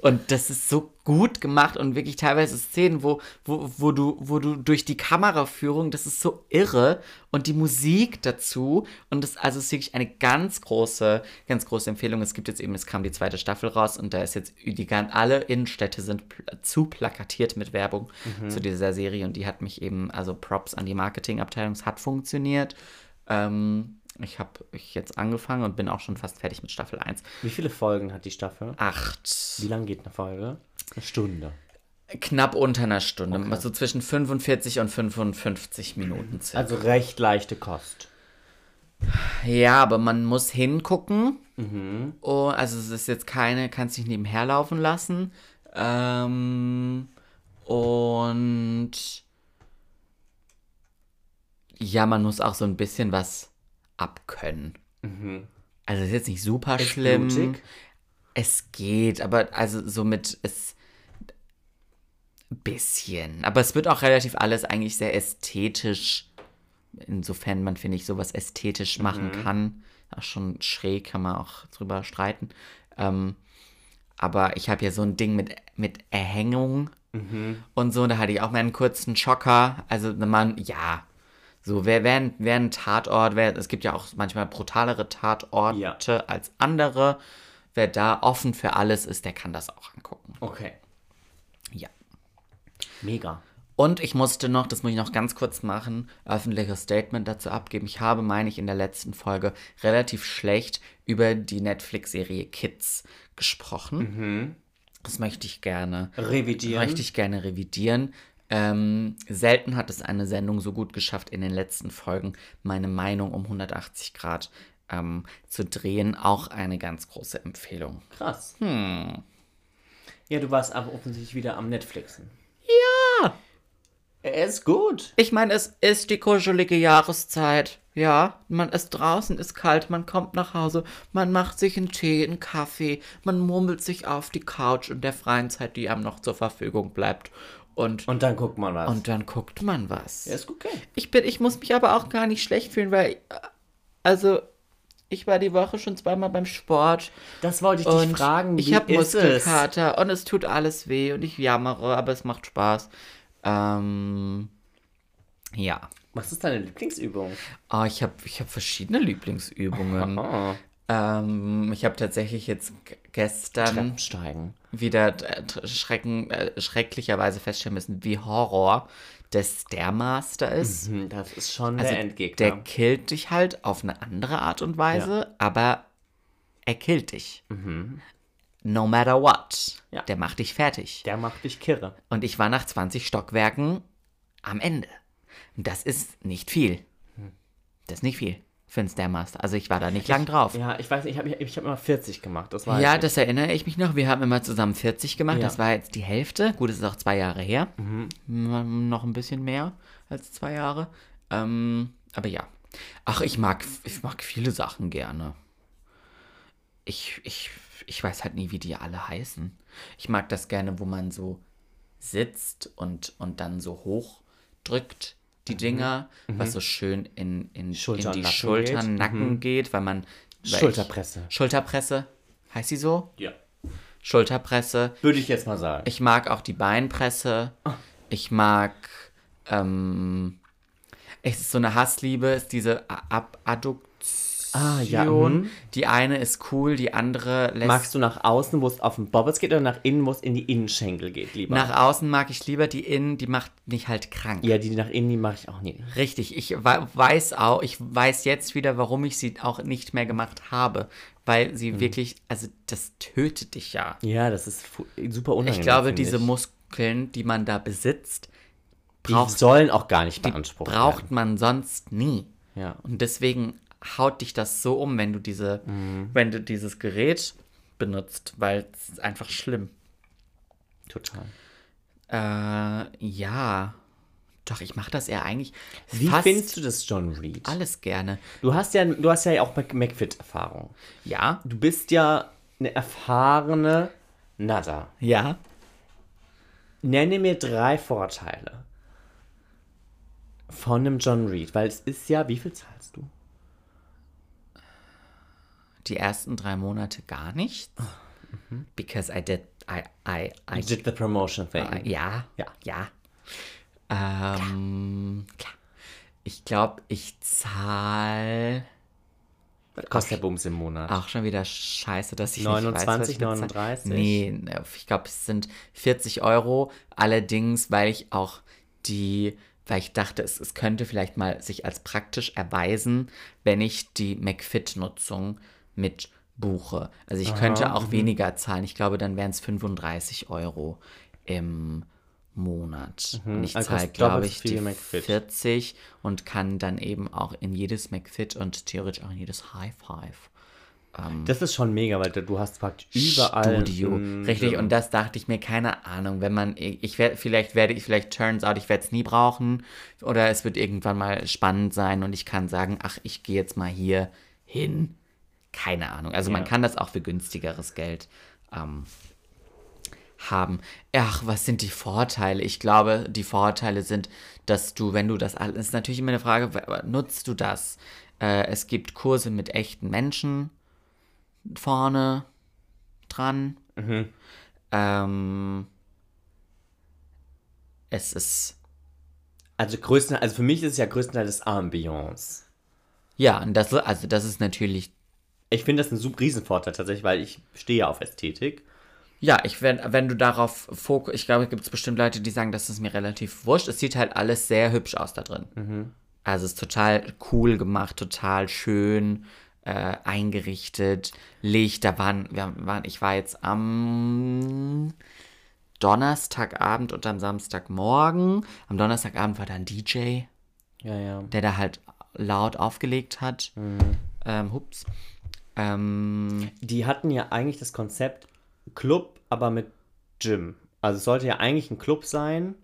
und das ist so gut gemacht und wirklich teilweise Szenen, wo, wo, wo, du, wo du durch die Kameraführung, das ist so irre und die Musik dazu und das also ist wirklich eine ganz große, ganz große Empfehlung. Es gibt jetzt eben, es kam die zweite Staffel raus und da ist jetzt die gan- alle Innenstädte sind pl zu plakatiert mit Werbung zu dieser Serie und die hat mich eben, also Props an die Marketingabteilung, es hat funktioniert. Ähm, ich habe jetzt angefangen und bin auch schon fast fertig mit Staffel 1.
Wie viele Folgen hat die Staffel?
Acht.
Wie lange geht eine Folge? Eine Stunde.
Knapp unter einer Stunde. Also zwischen 45 und 55 Minuten. circa.
Also recht leichte Kost.
Ja, aber man muss hingucken. Oh, also es ist jetzt keine, kannst dich nebenher laufen lassen. Ähm, und ja, man muss auch so ein bisschen was abkönnen. Also es ist jetzt nicht super schlimm.
blutig?
Es geht, aber also somit es bisschen. Aber es wird auch relativ alles eigentlich sehr ästhetisch insofern man, finde ich, sowas ästhetisch machen kann. Auch schon schräg, kann man auch drüber streiten. Ähm, aber ich habe ja so ein Ding mit, mit Erhängung und so, da hatte ich auch meinen kurzen Schocker. Also, man, ja. So, wer, wer, ein- wer ein Tatort, wer, es gibt ja auch manchmal brutalere Tatorte
Ja.
als andere. Wer da offen für alles ist, der kann das auch angucken.
Okay.
Ja.
Mega.
Und ich musste noch, das muss ich noch ganz kurz machen, öffentliches Statement dazu abgeben. Ich habe, meine ich, in der letzten Folge relativ schlecht über die Netflix-Serie Kids gesprochen. Das möchte ich gerne
Revidieren.
möchte ich gerne revidieren. Ähm, selten hat es eine Sendung so gut geschafft, in den letzten Folgen meine Meinung um 180 Grad ähm, zu drehen. Auch eine ganz große Empfehlung.
Krass. Hm. Ja, du warst aber offensichtlich wieder am Netflixen. Ja. Er ist gut.
Ich meine, es ist die kuschelige Jahreszeit. Ja, man ist draußen, ist kalt, man kommt nach Hause, man macht sich einen Tee, einen Kaffee, man murmelt sich auf die Couch in der freien Zeit, die einem noch zur Verfügung bleibt. Und,
Und dann guckt man was.
und dann guckt man was.
er ist okay.
Ich, bin, ich muss mich aber auch gar nicht schlecht fühlen, weil, äh, also, ich war die Woche schon zweimal beim Sport
Das wollte ich dich
und
fragen.
ich
wie
habe
ist es?
Muskelkater und es tut alles weh und ich jammere, aber es macht Spaß. Ähm, ja.
Was ist deine Lieblingsübung?
Ah, ich habe ich hab verschiedene Lieblingsübungen.
Oh.
ähm, ich habe tatsächlich jetzt g-
Mhm.
gestern
Treppensteigen.
wieder äh, tr- schrecken, äh, schrecklicherweise feststellen müssen, wie Horror der Stairmaster ist.
Hm, Das ist schon
Also,
der
Der
Endgegner.
killt dich halt auf eine andere Art und Weise, aber er killt dich. No matter what.
Mhm. Ja.
Der macht dich fertig.
der macht dich kirre.
Und ich war nach 20 Stockwerken am Ende. Und das ist nicht viel. Das ist nicht viel für einen Stairmaster. Also ich war da nicht lang drauf.
Ja, ich weiß nicht, ich habe ich hab immer 40 gemacht. Das war halt
Ja, das erinnere ich mich noch. Wir haben immer zusammen 40 gemacht.
Ja. Mhm.
Das war jetzt die Hälfte. Gut, es ist auch zwei Jahre her. M- Noch ein bisschen mehr als zwei Jahre. Ähm, aber ja. Ach, ich mag, ich mag viele Sachen gerne. Ich, ich, ich weiß halt nie, wie die alle heißen. Ich mag das gerne, wo man so sitzt und, und dann so hoch drückt die Dinger, was so schön in, in, in
Schulter und
die
Mhm. Nacken
Schultern,
geht. Mhm.
Nacken geht, weil man. Weil ich-
Schulterpresse.
Schulterpresse. Heißt sie so?
ja.
Schulterpresse.
Würde ich jetzt mal sagen.
Ich mag auch die Beinpresse. Ich mag. Ähm, es ist so eine Hassliebe, ist diese A- Ab Adduktion.
Ah, ja, mhm.
Die eine ist cool, die andere lässt.
Magst du nach außen, wo es auf den Bobbes geht, oder nach innen, wo es in die Innenschenkel geht, lieber?
nach außen mag ich lieber die innen, die macht mich halt krank.
ja, die nach innen, die mache ich auch nie.
Richtig, ich wa- weiß auch, ich weiß jetzt wieder, warum ich sie auch nicht mehr gemacht habe. Weil
Mhm.
sie wirklich, also das tötet dich ja.
Ja, das ist fu- super unangenehm.
Ich glaube,
finde
diese
ich.
Muskeln, die man da besitzt,
die
braucht-
sollen auch gar nicht beansprucht werden.
braucht man sonst nie.
Ja.
Und deswegen haut dich das so um, wenn du diese,
Mhm.
wenn du dieses Gerät benutzt, weil es ist einfach schlimm.
Total.
Äh, ja. Doch, ich mache das eher eigentlich
Wie
fast
findest du das, John Reed?
alles gerne.
Du hast ja, du hast ja auch Mac- McFit-Erfahrung.
Ja.
Du bist ja eine erfahrene Nada.
Ja.
Nenne mir drei Vorteile von einem John Reed, weil es ist ja, wie viel zahlst du? Oh.
Die ersten drei Monate gar nichts.
Mhm.
because I did, I, I, I,
did the promotion thing.
I ja,
Mhm. Ja.
ja. Ähm, klar. Ich glaube, ich zahle
Kostet der Bums im Monat.
auch schon wieder scheiße, dass ich nicht weiß, was
29,
ich bezahle.
39?
Nee, ne, ich glaube, es sind 40 Euro. Allerdings, weil ich auch die, weil ich dachte, es, es könnte vielleicht mal sich als praktisch erweisen, wenn ich die McFit-Nutzung mit buche. Also ich könnte
mhm.
auch weniger zahlen. Ich glaube, dann wären es 35 Euro im Monat. Und ich
also
zahle,
kostet doppelt
glaube
so
ich,
viel
die
wie McFit.
40 und kann dann eben auch in jedes McFit und theoretisch auch in jedes High Five
Das ist schon mega, weil du hast praktisch überall. mm, genau.
Studio.
ein
Richtig,
Gym.
und das dachte ich mir, keine Ahnung, wenn man, ich werde, vielleicht werde ich, vielleicht turns out, ich werde es nie brauchen oder es wird irgendwann mal spannend sein und ich kann sagen, ach, ich gehe jetzt mal hier hin. Keine Ahnung. Also man
Ja.
kann das auch für günstigeres Geld ähm, haben. Ach, was sind die Vorteile? Ich glaube, die Vorteile sind, dass du, wenn du das alles, ist natürlich immer eine Frage, w- nutzt du das? Äh, es gibt Kurse mit echten Menschen vorne dran. Ähm, es ist,
Also, größten, also für mich ist es ja größtenteils das Ambiance.
ja, und das, also das ist natürlich
Ich finde das ein super Riesenvorteil tatsächlich, weil ich stehe ja auf Ästhetik.
Ja, ich wenn, wenn du darauf Fokus, ich glaube, gibt es bestimmt Leute, die sagen, das ist mir relativ wurscht. Es sieht halt alles sehr hübsch aus da drin. Also es ist total cool gemacht, total schön äh, eingerichtet, Licht. Da waren, wir waren, ich war jetzt am Donnerstagabend und am Samstagmorgen. Am Donnerstagabend war da ein DJ
Ja, ja.
der da halt laut aufgelegt hat.
Mhm.
Ähm, hups. Ähm,
Die hatten ja eigentlich das Konzept Club, aber mit Gym. Also es sollte ja eigentlich ein Club sein,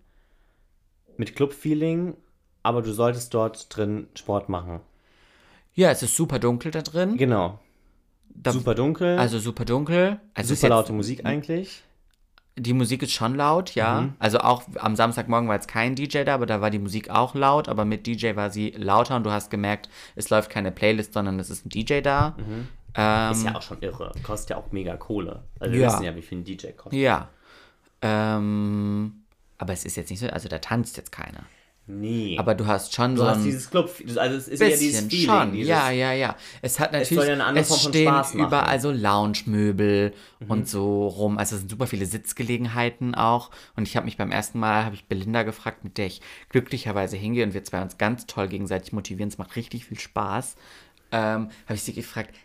mit Club-Feeling, aber du solltest dort drin Sport machen.
ja, es ist super dunkel da drin.
Genau.
Da,
Super dunkel,
Also super dunkel. Also ist
super laute
jetzt,
Musik eigentlich. Mhm.
Die Musik ist schon laut, ja. Also auch am Samstagmorgen war jetzt kein DJ da, aber da war die Musik auch laut. Aber mit DJ war sie lauter und du hast gemerkt, es läuft keine Playlist, sondern es ist ein DJ da.
Mhm. Ist ja auch schon irre. Kostet ja auch mega Kohle. Also wir
Ähm, Ja.
wissen ja, wie viel ein DJ kostet.
Ja. Ähm, aber es ist jetzt nicht so, also da tanzt jetzt keiner.
Nee.
Aber du hast schon
du
so
hast
ein
dieses Club, also es ist ja dieses
bisschen
Feeling.
schon.
Dieses,
ja, ja, ja. Es hat natürlich,
soll ja eine andere
es
Form von
stehen
Spaß machen. Mhm.
überall so Lounge-Möbel und so rum. Also es sind super viele Sitzgelegenheiten auch. Und ich habe mich beim ersten Mal, habe ich Belinda gefragt, mit der ich glücklicherweise hingehe und wir zwei uns ganz toll gegenseitig motivieren. Es macht richtig viel Spaß. Ähm, habe ich sie gefragt,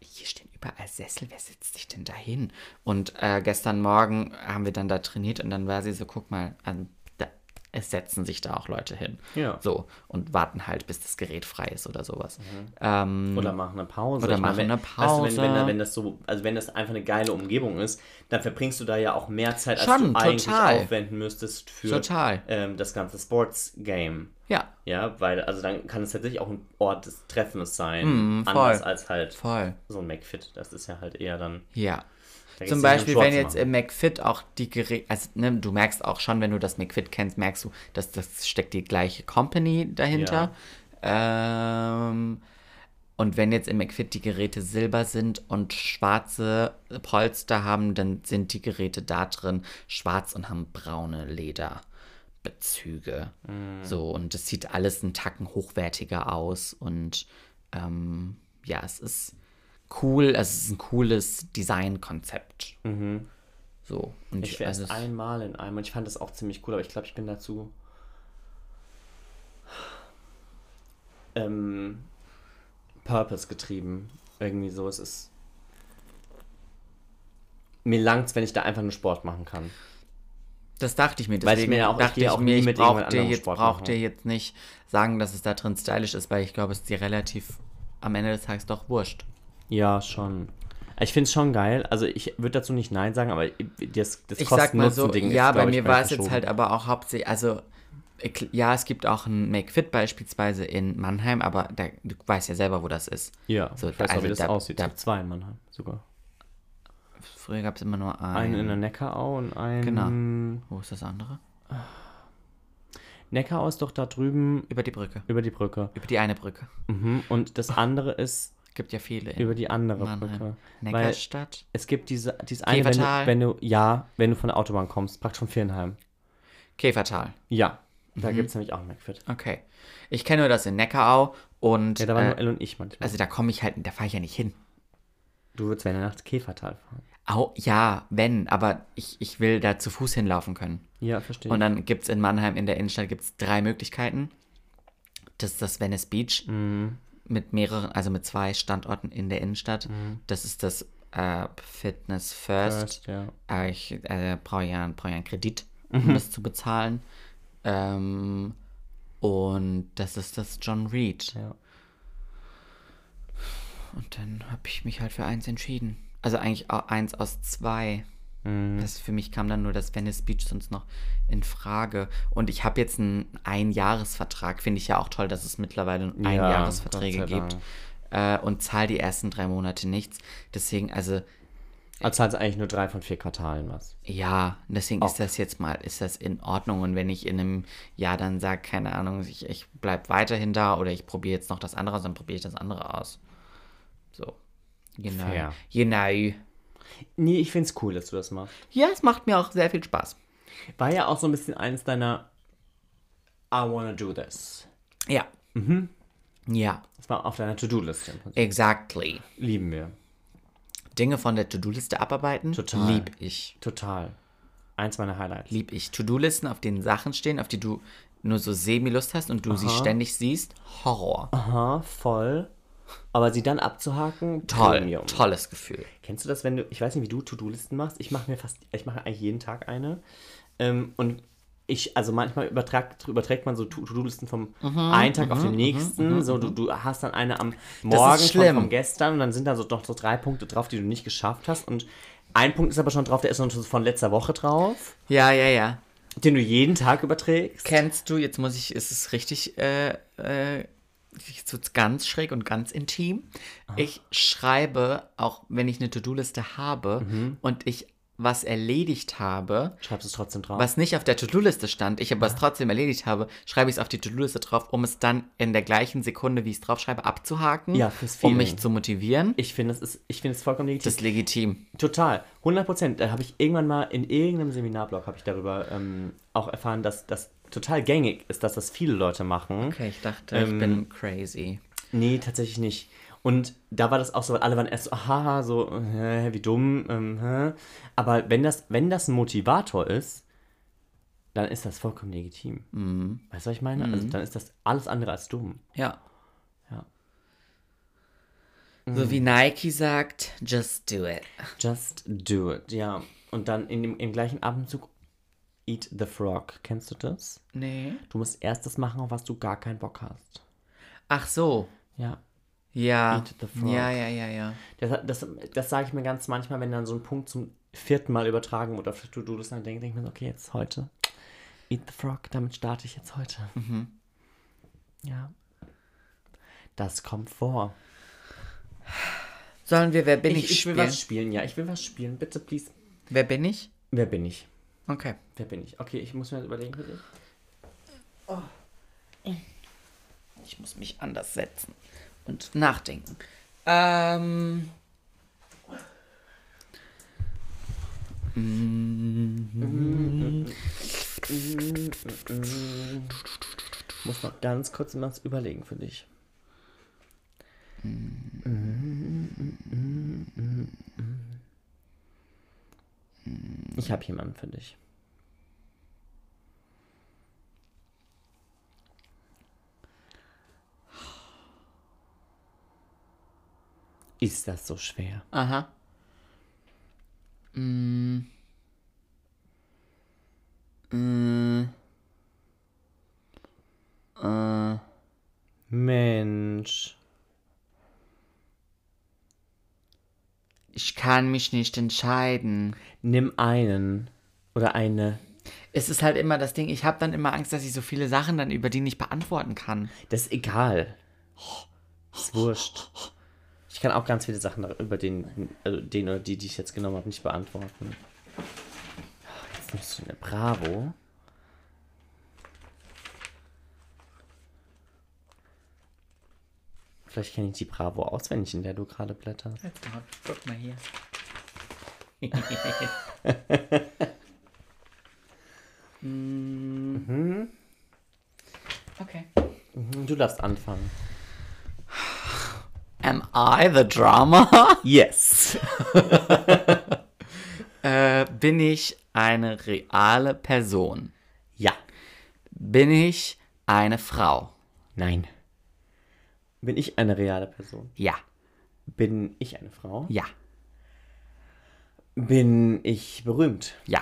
hier stehen überall Sessel, wer sitzt sich denn da hin? Und äh, gestern Morgen haben wir dann da trainiert und dann war sie so, guck mal, an, da, es setzen sich da auch Leute hin.
Ja.
So, und warten halt, bis das Gerät frei ist oder sowas. Ähm,
Oder machen eine Pause.
Oder
Ich meine,
machen eine
Weißt du, wenn, wenn, da-
Pause.
wenn das so, also wenn das einfach eine geile Umgebung ist, dann verbringst du da ja auch mehr Zeit, als
Schon,
du eigentlich
total.
aufwenden müsstest für
Total.
Ähm, das ganze Sports-Game.
ja,
Ja, weil, also dann kann es tatsächlich auch ein Ort des Treffens sein.
Mhm, voll.
Anders als halt
voll.
so ein McFit. Das ist ja halt eher dann.
Ja.
da geht's
Zum
nicht
Beispiel,
um Sport
wenn
zu
jetzt
machen.
im McFit auch die Geräte, also ne, du merkst auch schon, wenn du das McFit kennst, merkst du, dass das steckt die gleiche Company dahinter. Ähm, und wenn jetzt im McFit die Geräte silber sind und schwarze Polster haben, dann sind die Geräte da drin schwarz und haben braune Lederbezüge. So, und es sieht alles einen Tacken hochwertiger aus und ähm, ja, es ist cool, also es ist ein cooles Designkonzept. So, und
Mhm. Ich war
also
erst
es-
einmal in einem und ich fand das auch ziemlich cool, aber ich glaube, ich bin dazu. Ähm, Purpose getrieben. Irgendwie so. Es ist. Mir langt's, wenn ich da einfach nur Sport machen kann.
Das dachte ich mir.
Weil ich
Deswegen
mir ja auch- ich
dachte
gehe auch
ich mir,
nie
ich
mit
brauch
irgendjemand
dir
anderem
jetzt,
Sport
brauch
machen.
dir jetzt nicht sagen, dass es da drin stylisch ist, weil ich glaube, es ist dir relativ am Ende des Tages doch wurscht.
Ja, schon. Ich finde es schon geil. Also ich würde dazu nicht Nein sagen, aber das, das
Ich sag mal so,
Kosten-Nutzen-Ding
ja,
ist,
bei
glaub ich,
mir
bei mir
war es jetzt
verschoben.
halt aber auch hauptsächlich, also ich- ja, es gibt auch ein McFit beispielsweise in Mannheim, aber da, du weißt ja selber, wo das ist.
Ja,
so,
ich weiß auch,
also
wie das
da-
aussieht.
da-
es gibt zwei in Mannheim sogar.
Früher gab es immer nur einen.
Einen in der Neckarau und einen...
Genau. Wo ist das andere?
Neckarau ist doch da drüben
Über die Brücke.
über die Brücke.
Über die eine Brücke.
Mhm. Und das andere ist
Gibt ja viele. in
über die andere
Mannheim.
Brücke. Weil
Neckarstadt.
es gibt diese, dieses eine, wenn du,
Klevertal.
wenn du, ja, wenn du von der Autobahn kommst, praktisch von Viernheim.
Käfertal.
Ja, da
Mhm.
gibt es nämlich auch ein McFit.
Okay. Ich kenne nur das in Neckarau und
Ja, da waren
äh,
nur Elle und ich manchmal.
also da komme ich halt, da fahre ich ja nicht hin.
du würdest wenn nachts Käfertal fahren.
Au, ja, wenn, aber ich, ich will da zu Fuß hinlaufen können.
Ja, verstehe.
Und dann gibt es in Mannheim in der Innenstadt gibt's drei Möglichkeiten. Das ist das Venice Beach
Mhm.
mit mehreren, also mit zwei Standorten in der Innenstadt. Das ist das äh, Fitness First.
Mhm. First, ja.
Aber ich äh, brauche ja, brauch ja einen Kredit,
Mhm.
um das zu bezahlen. Ähm, und das ist das John Reed.
Ja.
Und dann habe ich mich halt für eins entschieden. Also eigentlich au- eins aus zwei.
Mhm.
Das für mich kam dann nur das Venice Beach sonst noch in Frage. Und ich habe jetzt einen Einjahresvertrag. Finde ich ja auch toll, dass es mittlerweile Einjahresverträge
Gott sei
gibt. Äh, und zahle die ersten drei Monate nichts. Deswegen, also
Also hat es eigentlich nur drei von vier Quartalen was.
ja, deswegen ist das jetzt mal, ist das in Ordnung. Und wenn ich in einem Jahr dann sage, keine Ahnung, ich, ich bleib weiterhin da oder ich probiere jetzt noch das andere aus, dann probiere ich das andere aus. So. Genau.
Fair.
Genau.
Nee, ich find's cool, dass du das machst.
Ja, es macht mir auch sehr viel Spaß.
War ja auch so ein bisschen eines deiner I wanna do this.
Ja. Mhm. Ja,
Das war auf deiner To-Do-Liste. im Prinzip.
exactly.
Lieben wir.
Dinge von der To-Do-Liste abarbeiten.
Total.
Lieb ich.
Total. Eins meiner Highlights.
Lieb ich. To-Do-Listen, auf denen Sachen stehen, auf die du nur so semi-Lust hast und du sie ständig siehst. Horror.
Aha, voll. Aber sie dann abzuhaken,
Toll.
Premium.
Tolles Gefühl.
Kennst du das, wenn du, ich weiß nicht, wie du To-Do-Listen machst? Ich mache mir fast, ich mache eigentlich jeden Tag eine. Ähm, und ich, also manchmal übertragt, überträgt man so To- To-Do-Listen vom
Mhm,
einen Tag auf den nächsten. so, du, du hast dann eine am Morgen von,
schlimm.
von gestern und dann sind da so noch so drei Punkte drauf, die du nicht geschafft hast. Und ein Punkt ist aber schon drauf, der ist noch so von letzter Woche drauf,
Ja, ja, ja.
den du jeden Tag überträgst.
Kennst du, jetzt muss ich, ist es richtig, äh, äh, jetzt wird's ganz schräg und ganz intim. Ich schreibe, auch wenn ich eine To-Do-Liste habe und ich was erledigt habe,
Schreibst es trotzdem drauf.
was nicht auf der To-Do-Liste stand, ich aber es trotzdem erledigt habe, schreibe ich es auf die To-Do-Liste drauf, um es dann in der gleichen Sekunde, wie ich es draufschreibe, abzuhaken,
Ja, fürs
um
Feeling.
mich zu motivieren.
Ich finde, es ist, ich finde es vollkommen legitim.
das ist legitim.
Total, 100 Prozent. Da habe ich irgendwann mal in irgendeinem Seminarblog habe ich darüber ähm, auch erfahren, dass das total gängig ist, dass das viele Leute machen.
Okay, ich dachte, ich bin crazy.
Nee, tatsächlich nicht. Und da war das auch so, weil alle waren erst so, aha, so, äh, wie dumm. Ähm, hä? Aber wenn das, wenn das ein Motivator ist, dann ist das vollkommen legitim. Weißt du, was ich meine? Also dann ist das alles andere als dumm.
Ja. Mhm.
Ja.
So wie Nike sagt, just do it.
Just do it. Ja. Und dann in dem, im gleichen Abendzug Eat the Frog. Kennst du das?
Nee.
Du musst erst das machen, auf was du gar keinen Bock hast.
Ach so.
Ja.
Ja.
Eat the frog.
Ja, ja, ja, ja.
Das, das, das sage ich mir ganz manchmal, wenn dann so ein Punkt zum vierten Mal übertragen wurde auf der To-Do-List, dann denke denk ich mir, so, okay, jetzt heute. Eat the Frog, damit starte ich jetzt heute.
Mhm.
Ja. Das kommt vor.
Sollen wir Wer bin ich,
Ich, ich will
spielen?
was spielen, ja, ich will was spielen. Bitte, please.
Wer bin ich?
Wer bin ich?
Okay.
Wer bin ich? Okay, ich muss mir das überlegen. bitte.
Ich muss mich anders setzen und nachdenken. Ähm. Mm.
Ich muss noch ganz kurz was überlegen für dich. Ich habe jemanden für dich. Ist das so schwer?
Aha.
Mensch.
Ich kann mich nicht entscheiden.
Nimm einen oder eine.
Es ist halt immer das Ding, ich habe dann immer Angst, dass ich so viele Sachen dann über die nicht beantworten kann.
Das ist egal. Ist wurscht. Ich kann auch ganz viele Sachen dar- über den, also den oder die, die ich jetzt genommen habe, nicht beantworten. Jetzt nimmst du eine Bravo. Vielleicht kenne ich die Bravo auswendig, in der du gerade blätterst.
Guck mal *laughs* hier. Mhm. Okay.
Du darfst anfangen.
Am I the drama? *laughs*
Yes.
Äh, bin ich eine reale Person?
Ja.
Bin ich eine Frau?
Nein. Bin ich eine reale Person?
Ja.
Bin ich eine Frau?
Ja.
Bin ich berühmt?
Ja.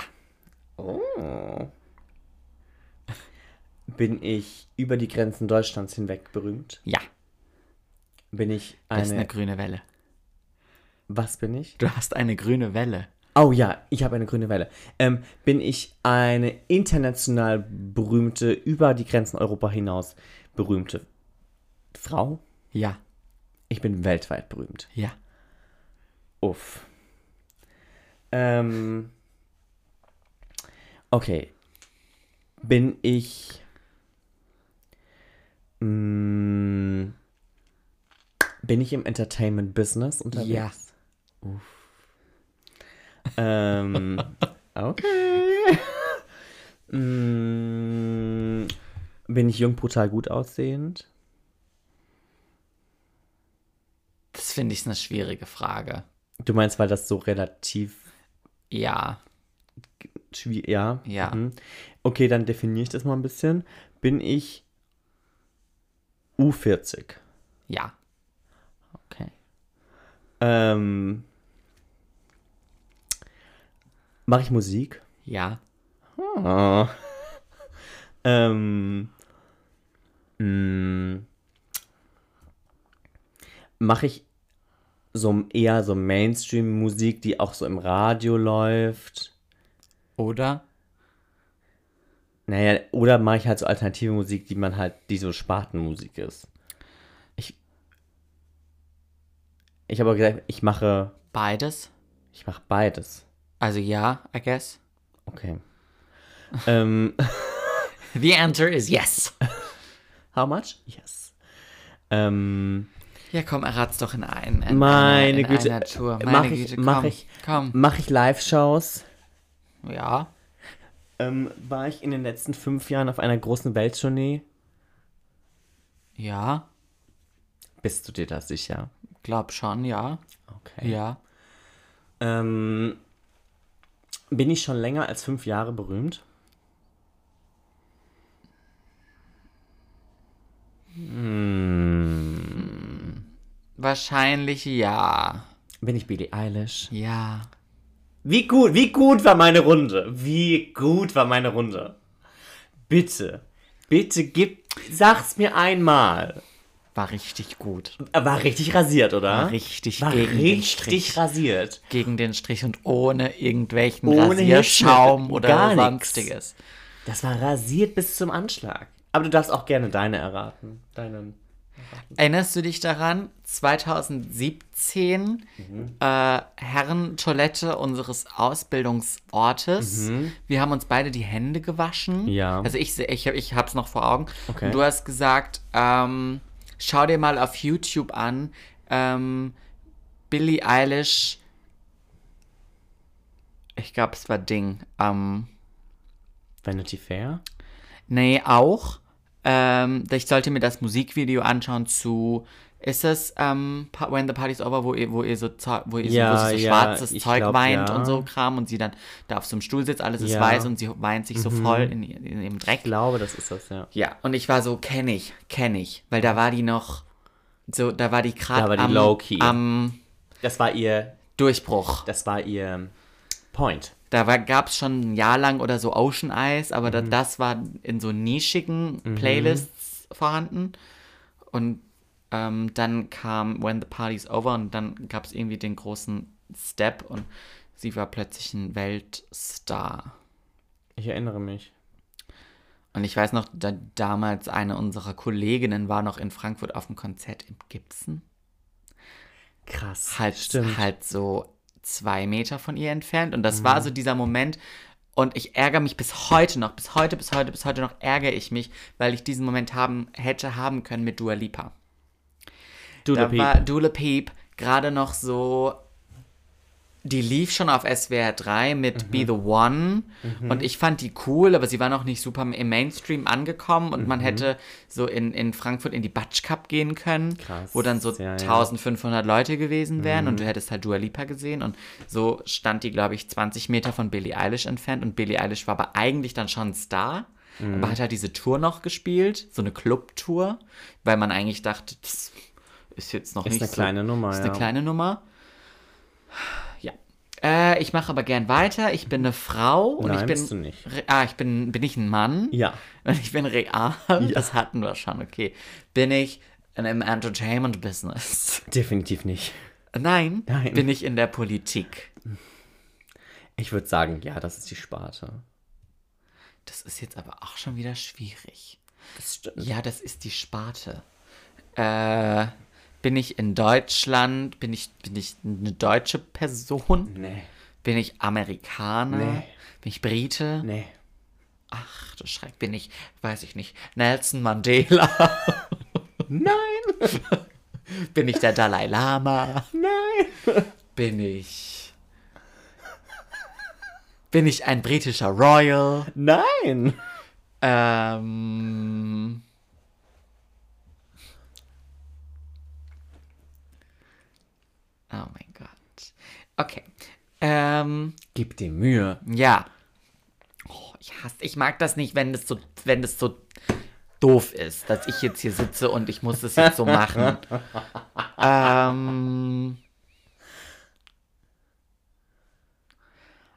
Bin ich über die Grenzen Deutschlands hinweg berühmt?
Ja.
Bin ich
Das ist
eine.
eine grüne Welle.
was bin ich?
Du hast eine grüne Welle.
Oh ja, ich habe eine grüne Welle. Ähm, bin ich eine international berühmte, über die Grenzen Europa hinaus berühmte Frau?
Ja.
Ich bin weltweit berühmt.
Ja.
Uff. Ähm. Okay. Bin ich. Mm, bin ich im Entertainment-Business unterwegs?
Ja.
Ähm, okay. *laughs* mm, bin ich jung, brutal, gut aussehend?
Das finde ich eine schwierige Frage.
Du meinst, weil das so relativ
Ja.
Schwier ja.
Ja.
Mhm. Okay, dann definiere ich das mal ein bisschen. Bin ich U40?
Ja.
Okay. Ähm, Mache ich Musik?
Ja.
Ah. *laughs* ähm, Mache ich so eher so Mainstream-Musik, die auch so im Radio läuft?
Oder?
Naja, oder mache ich halt so alternative Musik, die man halt, die so Spartenmusik ist. Ich. Ich habe aber gesagt, ich mache.
Beides?
Ich mache beides.
Also ja, I guess.
*laughs* Okay. ähm,
The answer is yes.
how much? Yes. Ähm,
Ja, komm, errat's doch in einem. In
Meine
einer, in
Güte. äh,
Einer Tour. Meine
Mach ich-
Güte, komm.
mach ich-
Komm.
mache ich Live-Shows?
Ja.
Ähm, war ich in den letzten fünf Jahren auf einer großen Welttournee?
Ja.
Bist du dir da sicher?
Glaub schon, ja.
Okay.
Ja.
Ähm, bin ich schon länger als fünf Jahre berühmt?
Wahrscheinlich ja.
Bin ich Billie Eilish?
Ja.
Wie gut, wie gut war meine Runde? Wie gut war meine Runde? Bitte, bitte gib, sag's mir einmal.
War richtig gut.
War richtig rasiert, oder?
War richtig
war
gegen den
richtig
Strich.
rasiert.
Gegen den Strich und ohne irgendwelchen
Ohne
Rasierschaum
Hilfsmittel,
oder
gar nix.
sonstiges.
Das war rasiert bis zum Anschlag. Aber du darfst auch gerne deine erraten. Deinen.
Erinnerst du dich daran, 2017
Mhm.
äh, Herrentoilette unseres Ausbildungsortes. Wir haben uns beide die Hände gewaschen.
Mhm. Ja.
Also ich, se- ich, ich hab's noch vor Augen.
Okay.
Und du hast gesagt, ähm, schau dir mal auf YouTube an, ähm, Billie Eilish, ich glaube, es war Ding, ähm,
Vanity Fair?
Nee, auch. Ähm, ich sollte mir das Musikvideo anschauen zu. Ist das ähm, Pa- When the Party's Over, wo ihr, wo ihr so, Zeu- wo ihr
Ja,
so, wo sie so
ja,
schwarzes
ich
Zeug
glaub,
weint
ja.
und so Kram und sie dann da auf so einem Stuhl sitzt, alles ist
Ja. Mhm.
weiß und sie weint sich so voll in, ihr- in ihrem Dreck.
Ich glaube, das ist das, ja.
Ja, und ich war so, kenne ich, kenne ich. Weil da war die noch, so, da war die
Da war
gerade
die
am,
low-key.
am
Das war ihr,
Durchbruch.
das war ihr Point.
Da gab es schon ein Jahr lang oder so Ocean Eyes, aber da, das war in so nischigen Playlists vorhanden. Und ähm, dann kam When the Party's Over und dann gab es irgendwie den großen Step und sie war plötzlich ein Weltstar.
Ich erinnere mich.
Und ich weiß noch, da, damals eine unserer Kolleginnen war noch in Frankfurt auf dem Konzert im Gibson.
Krass.
halt,
Stimmt.
halt so zwei Meter von ihr entfernt. Und das war so dieser Moment. Und ich ärgere mich bis heute noch, bis heute, bis heute, bis heute noch ärgere ich mich, weil ich diesen Moment haben, hätte haben können mit Dua Lipa.
Dula
da
Peep.
war Dula Peep gerade noch so. Die lief schon auf SWR 3 mit
Mhm.
Be the One und ich fand die cool, aber sie war noch nicht super im Mainstream angekommen und
Mhm.
man hätte so in, in Frankfurt in die Batsch Cup gehen können,
Krass,
wo dann so
ja, Mhm. ja.
1500 Leute gewesen wären und du hättest halt Dua Lipa gesehen und so stand die, glaube ich, 20 Meter von Billie Eilish entfernt und Billie Eilish war aber eigentlich dann schon ein Star,
Mhm.
aber hat halt diese Tour noch gespielt, so eine Clubtour, weil man eigentlich dachte, das ist jetzt noch
Ist
nicht
eine
so,
kleine Nummer,
ist
ja.
eine kleine Nummer. Ja. Äh, ich mache aber gern weiter. Ich bin eine Frau und
Nein,
ich bin
bist du nicht.
Re- ah, ich bin bin ich ein Mann?
Ja.
*laughs* Und ich bin real. Das hatten wir schon. Okay. Bin ich in einem Entertainment Business? *laughs*
Definitiv nicht.
Nein,
Nein.
Bin ich in der Politik?
Ich würde sagen, ja, das ist die Sparte.
Das ist jetzt aber auch schon wieder schwierig.
Das stimmt.
Ja, das ist die Sparte. Äh, bin ich in Deutschland? Bin ich, bin ich eine deutsche Person?
Nee,
Bin ich Amerikaner?
Nee.
Bin ich Brite?
nee.
Ach, das Schreck. Bin ich, weiß ich nicht, Nelson Mandela? *laughs*
Nein,
bin ich der Dalai Lama?
nein.
Bin ich. Bin ich ein britischer Royal?
Nein.
Ähm. Oh mein Gott. Okay. Ähm,
Gib dir Mühe.
ja. Oh, ich hasse, ich mag das nicht, wenn das so, wenn das so doof ist, dass ich jetzt hier sitze und ich muss das jetzt so machen. ähm.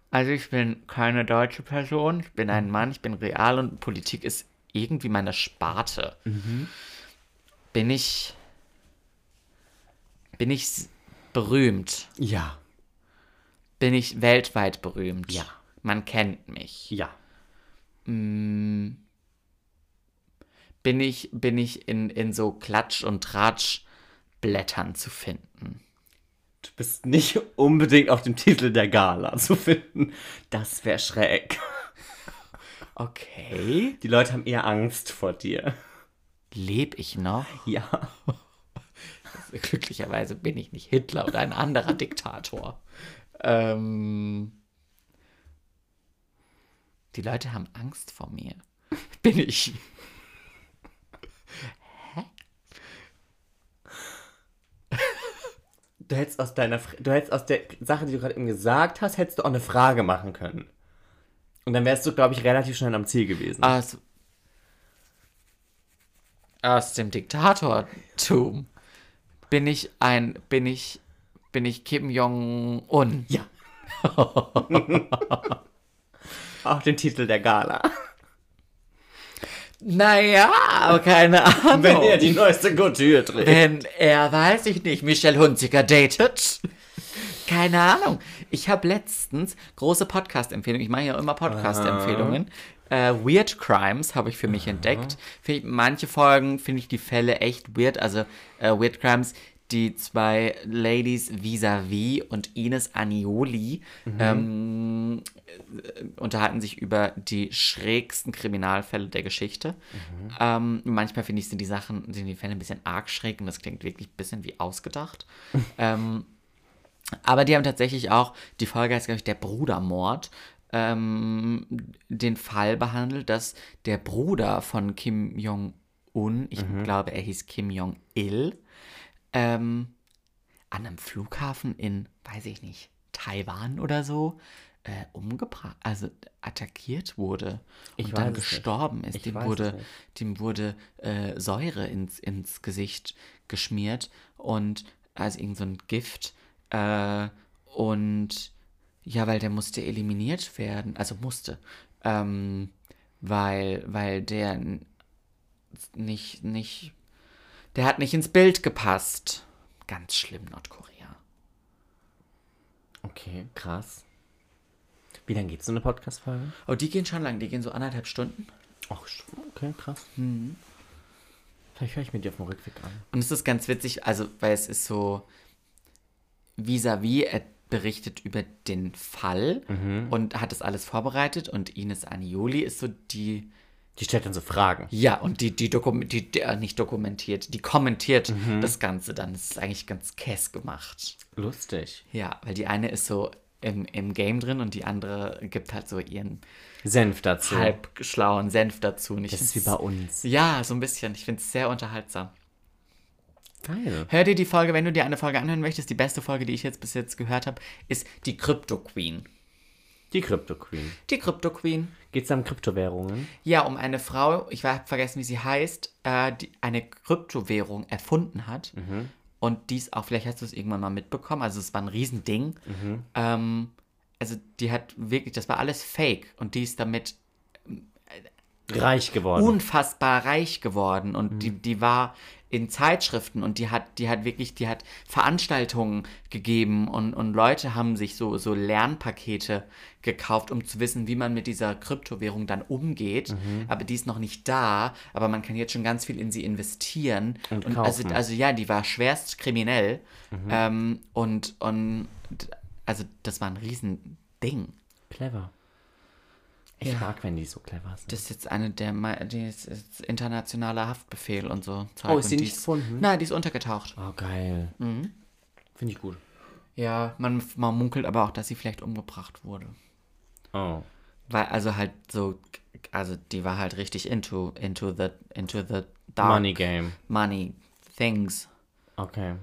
Also ich bin keine deutsche Person, ich bin ein Mann, ich bin real und Politik ist irgendwie meine Sparte. Bin ich. Bin ich s- berühmt?
Ja.
Bin ich weltweit berühmt?
Ja.
Man kennt mich.
Ja.
Bin ich, bin ich in, in so Klatsch- und Tratschblättern zu finden?
Du bist nicht unbedingt auf dem Titel der Gala zu finden. Das wäre schräg.
Okay.
Die Leute haben eher Angst vor dir.
Lebe ich noch? *laughs*
Ja.
Glücklicherweise bin ich nicht Hitler oder ein anderer Diktator. Ähm, die Leute haben Angst vor mir. Bin ich. Hä?
Du hättest aus deiner, Fra- du hättest aus der Sache, die du gerade eben gesagt hast, hättest du auch eine Frage machen können. Und dann wärst du, glaube ich, relativ schnell am Ziel gewesen.
Aus, aus dem Diktatortum bin ich ein, bin ich, bin ich Kim Jong-un.
Ja. Auf dem Titel der Gala.
Naja, aber keine Ahnung.
Wenn er die neueste Couture trägt.
Wenn er, weiß ich nicht, Michelle Hunziker datet. Keine Ahnung. Ich habe letztens große Podcast-Empfehlung. Ich mache ja immer Podcast-Empfehlungen. Äh, weird Crimes habe ich für mich entdeckt. Find ich, manche Folgen finde ich die Fälle echt weird. Also äh, Weird Crimes, die zwei Ladies vis-à-vis und Ines Anioli ähm, unterhalten sich über die schrägsten Kriminalfälle der Geschichte. Ähm, manchmal finde ich, sind die Sachen, sind die Fälle ein bisschen arg schräg und das klingt wirklich ein bisschen wie ausgedacht. ähm, aber die haben tatsächlich auch, die Folge heißt, glaube ich, der Brudermord, ähm, den Fall behandelt, dass der Bruder von Kim Jong-un, ich
Mhm.
glaube, er hieß Kim Jong-il, ähm, an einem Flughafen in, weiß ich nicht, Taiwan oder so, äh, umgebracht, also attackiert wurde
Ich
und dann
weiß es nicht.
gestorben ist.
Ich
dem,
weiß es
wurde,
nicht.
dem wurde äh, Säure ins, ins Gesicht geschmiert und also irgend so ein Gift. Äh, und ja, weil der musste eliminiert werden, also musste, ähm, weil, weil der n- nicht, nicht der hat nicht ins Bild gepasst. Ganz schlimm, Nordkorea.
Okay, krass. Wie lange geht so eine Podcast-Folge?
Oh, die gehen schon lang, die gehen so anderthalb Stunden.
Ach, okay, krass. Vielleicht höre ich mir die auf dem Rückweg an.
Und es ist ganz witzig, also, weil es ist so vis-à-vis, er berichtet über
Mhm.
den Fall und hat das alles vorbereitet und Ines Anioli ist so die,
Die stellt dann so Fragen.
Ja, und die, die, Dokum die, die äh, nicht dokumentiert, die kommentiert
Mhm.
das Ganze dann. Das ist eigentlich ganz käs gemacht.
Lustig.
Ja, weil die eine ist so im, im Game drin und die andere gibt halt so ihren
Senf dazu.
halb schlauen Senf dazu. Und ich
Das ist wie
find's-
bei uns.
Ja, so ein bisschen. Ich finde es sehr unterhaltsam.
Geil.
Hör dir die Folge, wenn du dir eine Folge anhören möchtest. Die beste Folge, die ich jetzt bis jetzt gehört habe, ist die Crypto Queen.
Die Crypto Queen.
Die Crypto Queen.
Geht's da um Kryptowährungen?
Ja, um eine Frau, ich habe vergessen, wie sie heißt, äh, die eine Kryptowährung erfunden hat. Und dies auch, vielleicht hast du es irgendwann mal mitbekommen, also es war ein Riesending. Ähm, also die hat wirklich, das war alles fake und die ist damit
Reich geworden. Mhm.
unfassbar reich geworden und die, die war in Zeitschriften und die hat, die hat wirklich, die hat Veranstaltungen gegeben und, und Leute haben sich so, so Lernpakete gekauft, um zu wissen, wie man mit dieser Kryptowährung dann umgeht.
Mhm.
Aber die ist noch nicht da, aber man kann jetzt schon ganz viel in sie investieren.
Und
also,
kaufen. Mhm.
also ja, die war schwerst kriminell ähm, und, und also das war ein Riesending.
clever. Ich mag, wenn die so clever sind.
Das ist jetzt eine der, mei- die ist, ist internationaler Haftbefehl und so. Zeug.
Oh, ist
und
die nicht gefunden?
Nein, die ist untergetaucht.
oh, geil. Finde ich gut.
Ja, man, man munkelt aber auch, dass sie vielleicht umgebracht wurde.
Oh.
Weil, also halt so, also die war halt richtig into, into the, into the dark
Money Game.
money things.
Okay.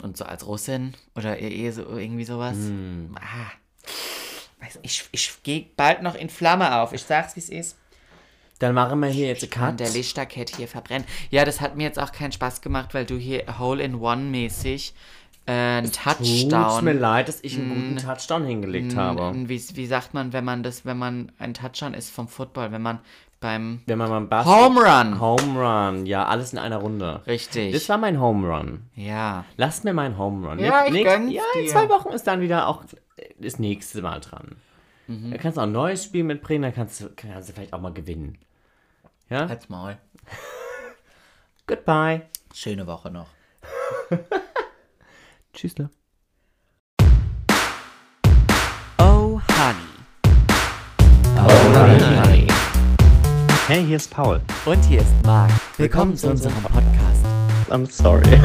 Und so als Russin oder eh- eh so, irgendwie sowas. Ah. Weiß nicht, Ich, ich gehe bald noch in Flamme auf. Ich sag's, wie es ist.
Dann machen wir hier jetzt eine
Kann
Cut.
der Lichterkett hier verbrennen. Ja, das hat mir jetzt auch keinen Spaß gemacht, weil du hier Hole-in-One-mäßig äh, einen
Tut's mir
Touchdown.
leid, dass ich einen guten Touchdown hingelegt habe.
Wie, wie sagt man, wenn man das, wenn man ein Touchdown ist vom Football, wenn man beim
Wenn man mal einen Basket...
Home Run.
Home Run. Ja, alles in einer Runde.
Richtig.
Das war mein Home Run.
ja.
Lass mir meinen Home Run.
Ja, ich gönn's
ja, in
dir.
zwei Wochen ist dann wieder auch das nächste Mal dran.
Mhm.
Da kannst du auch ein neues Spiel mitbringen, dann kannst du, kannst du vielleicht auch mal gewinnen. Ja?
Halt's mal.
Goodbye.
Schöne Woche
*laughs*
noch.
Tschüssle.
Oh, honey.
Oh,
Oh,
Hey, here's Paul.
Und hier ist Marc. Willkommen zu unserem Podcast.
I'm sorry.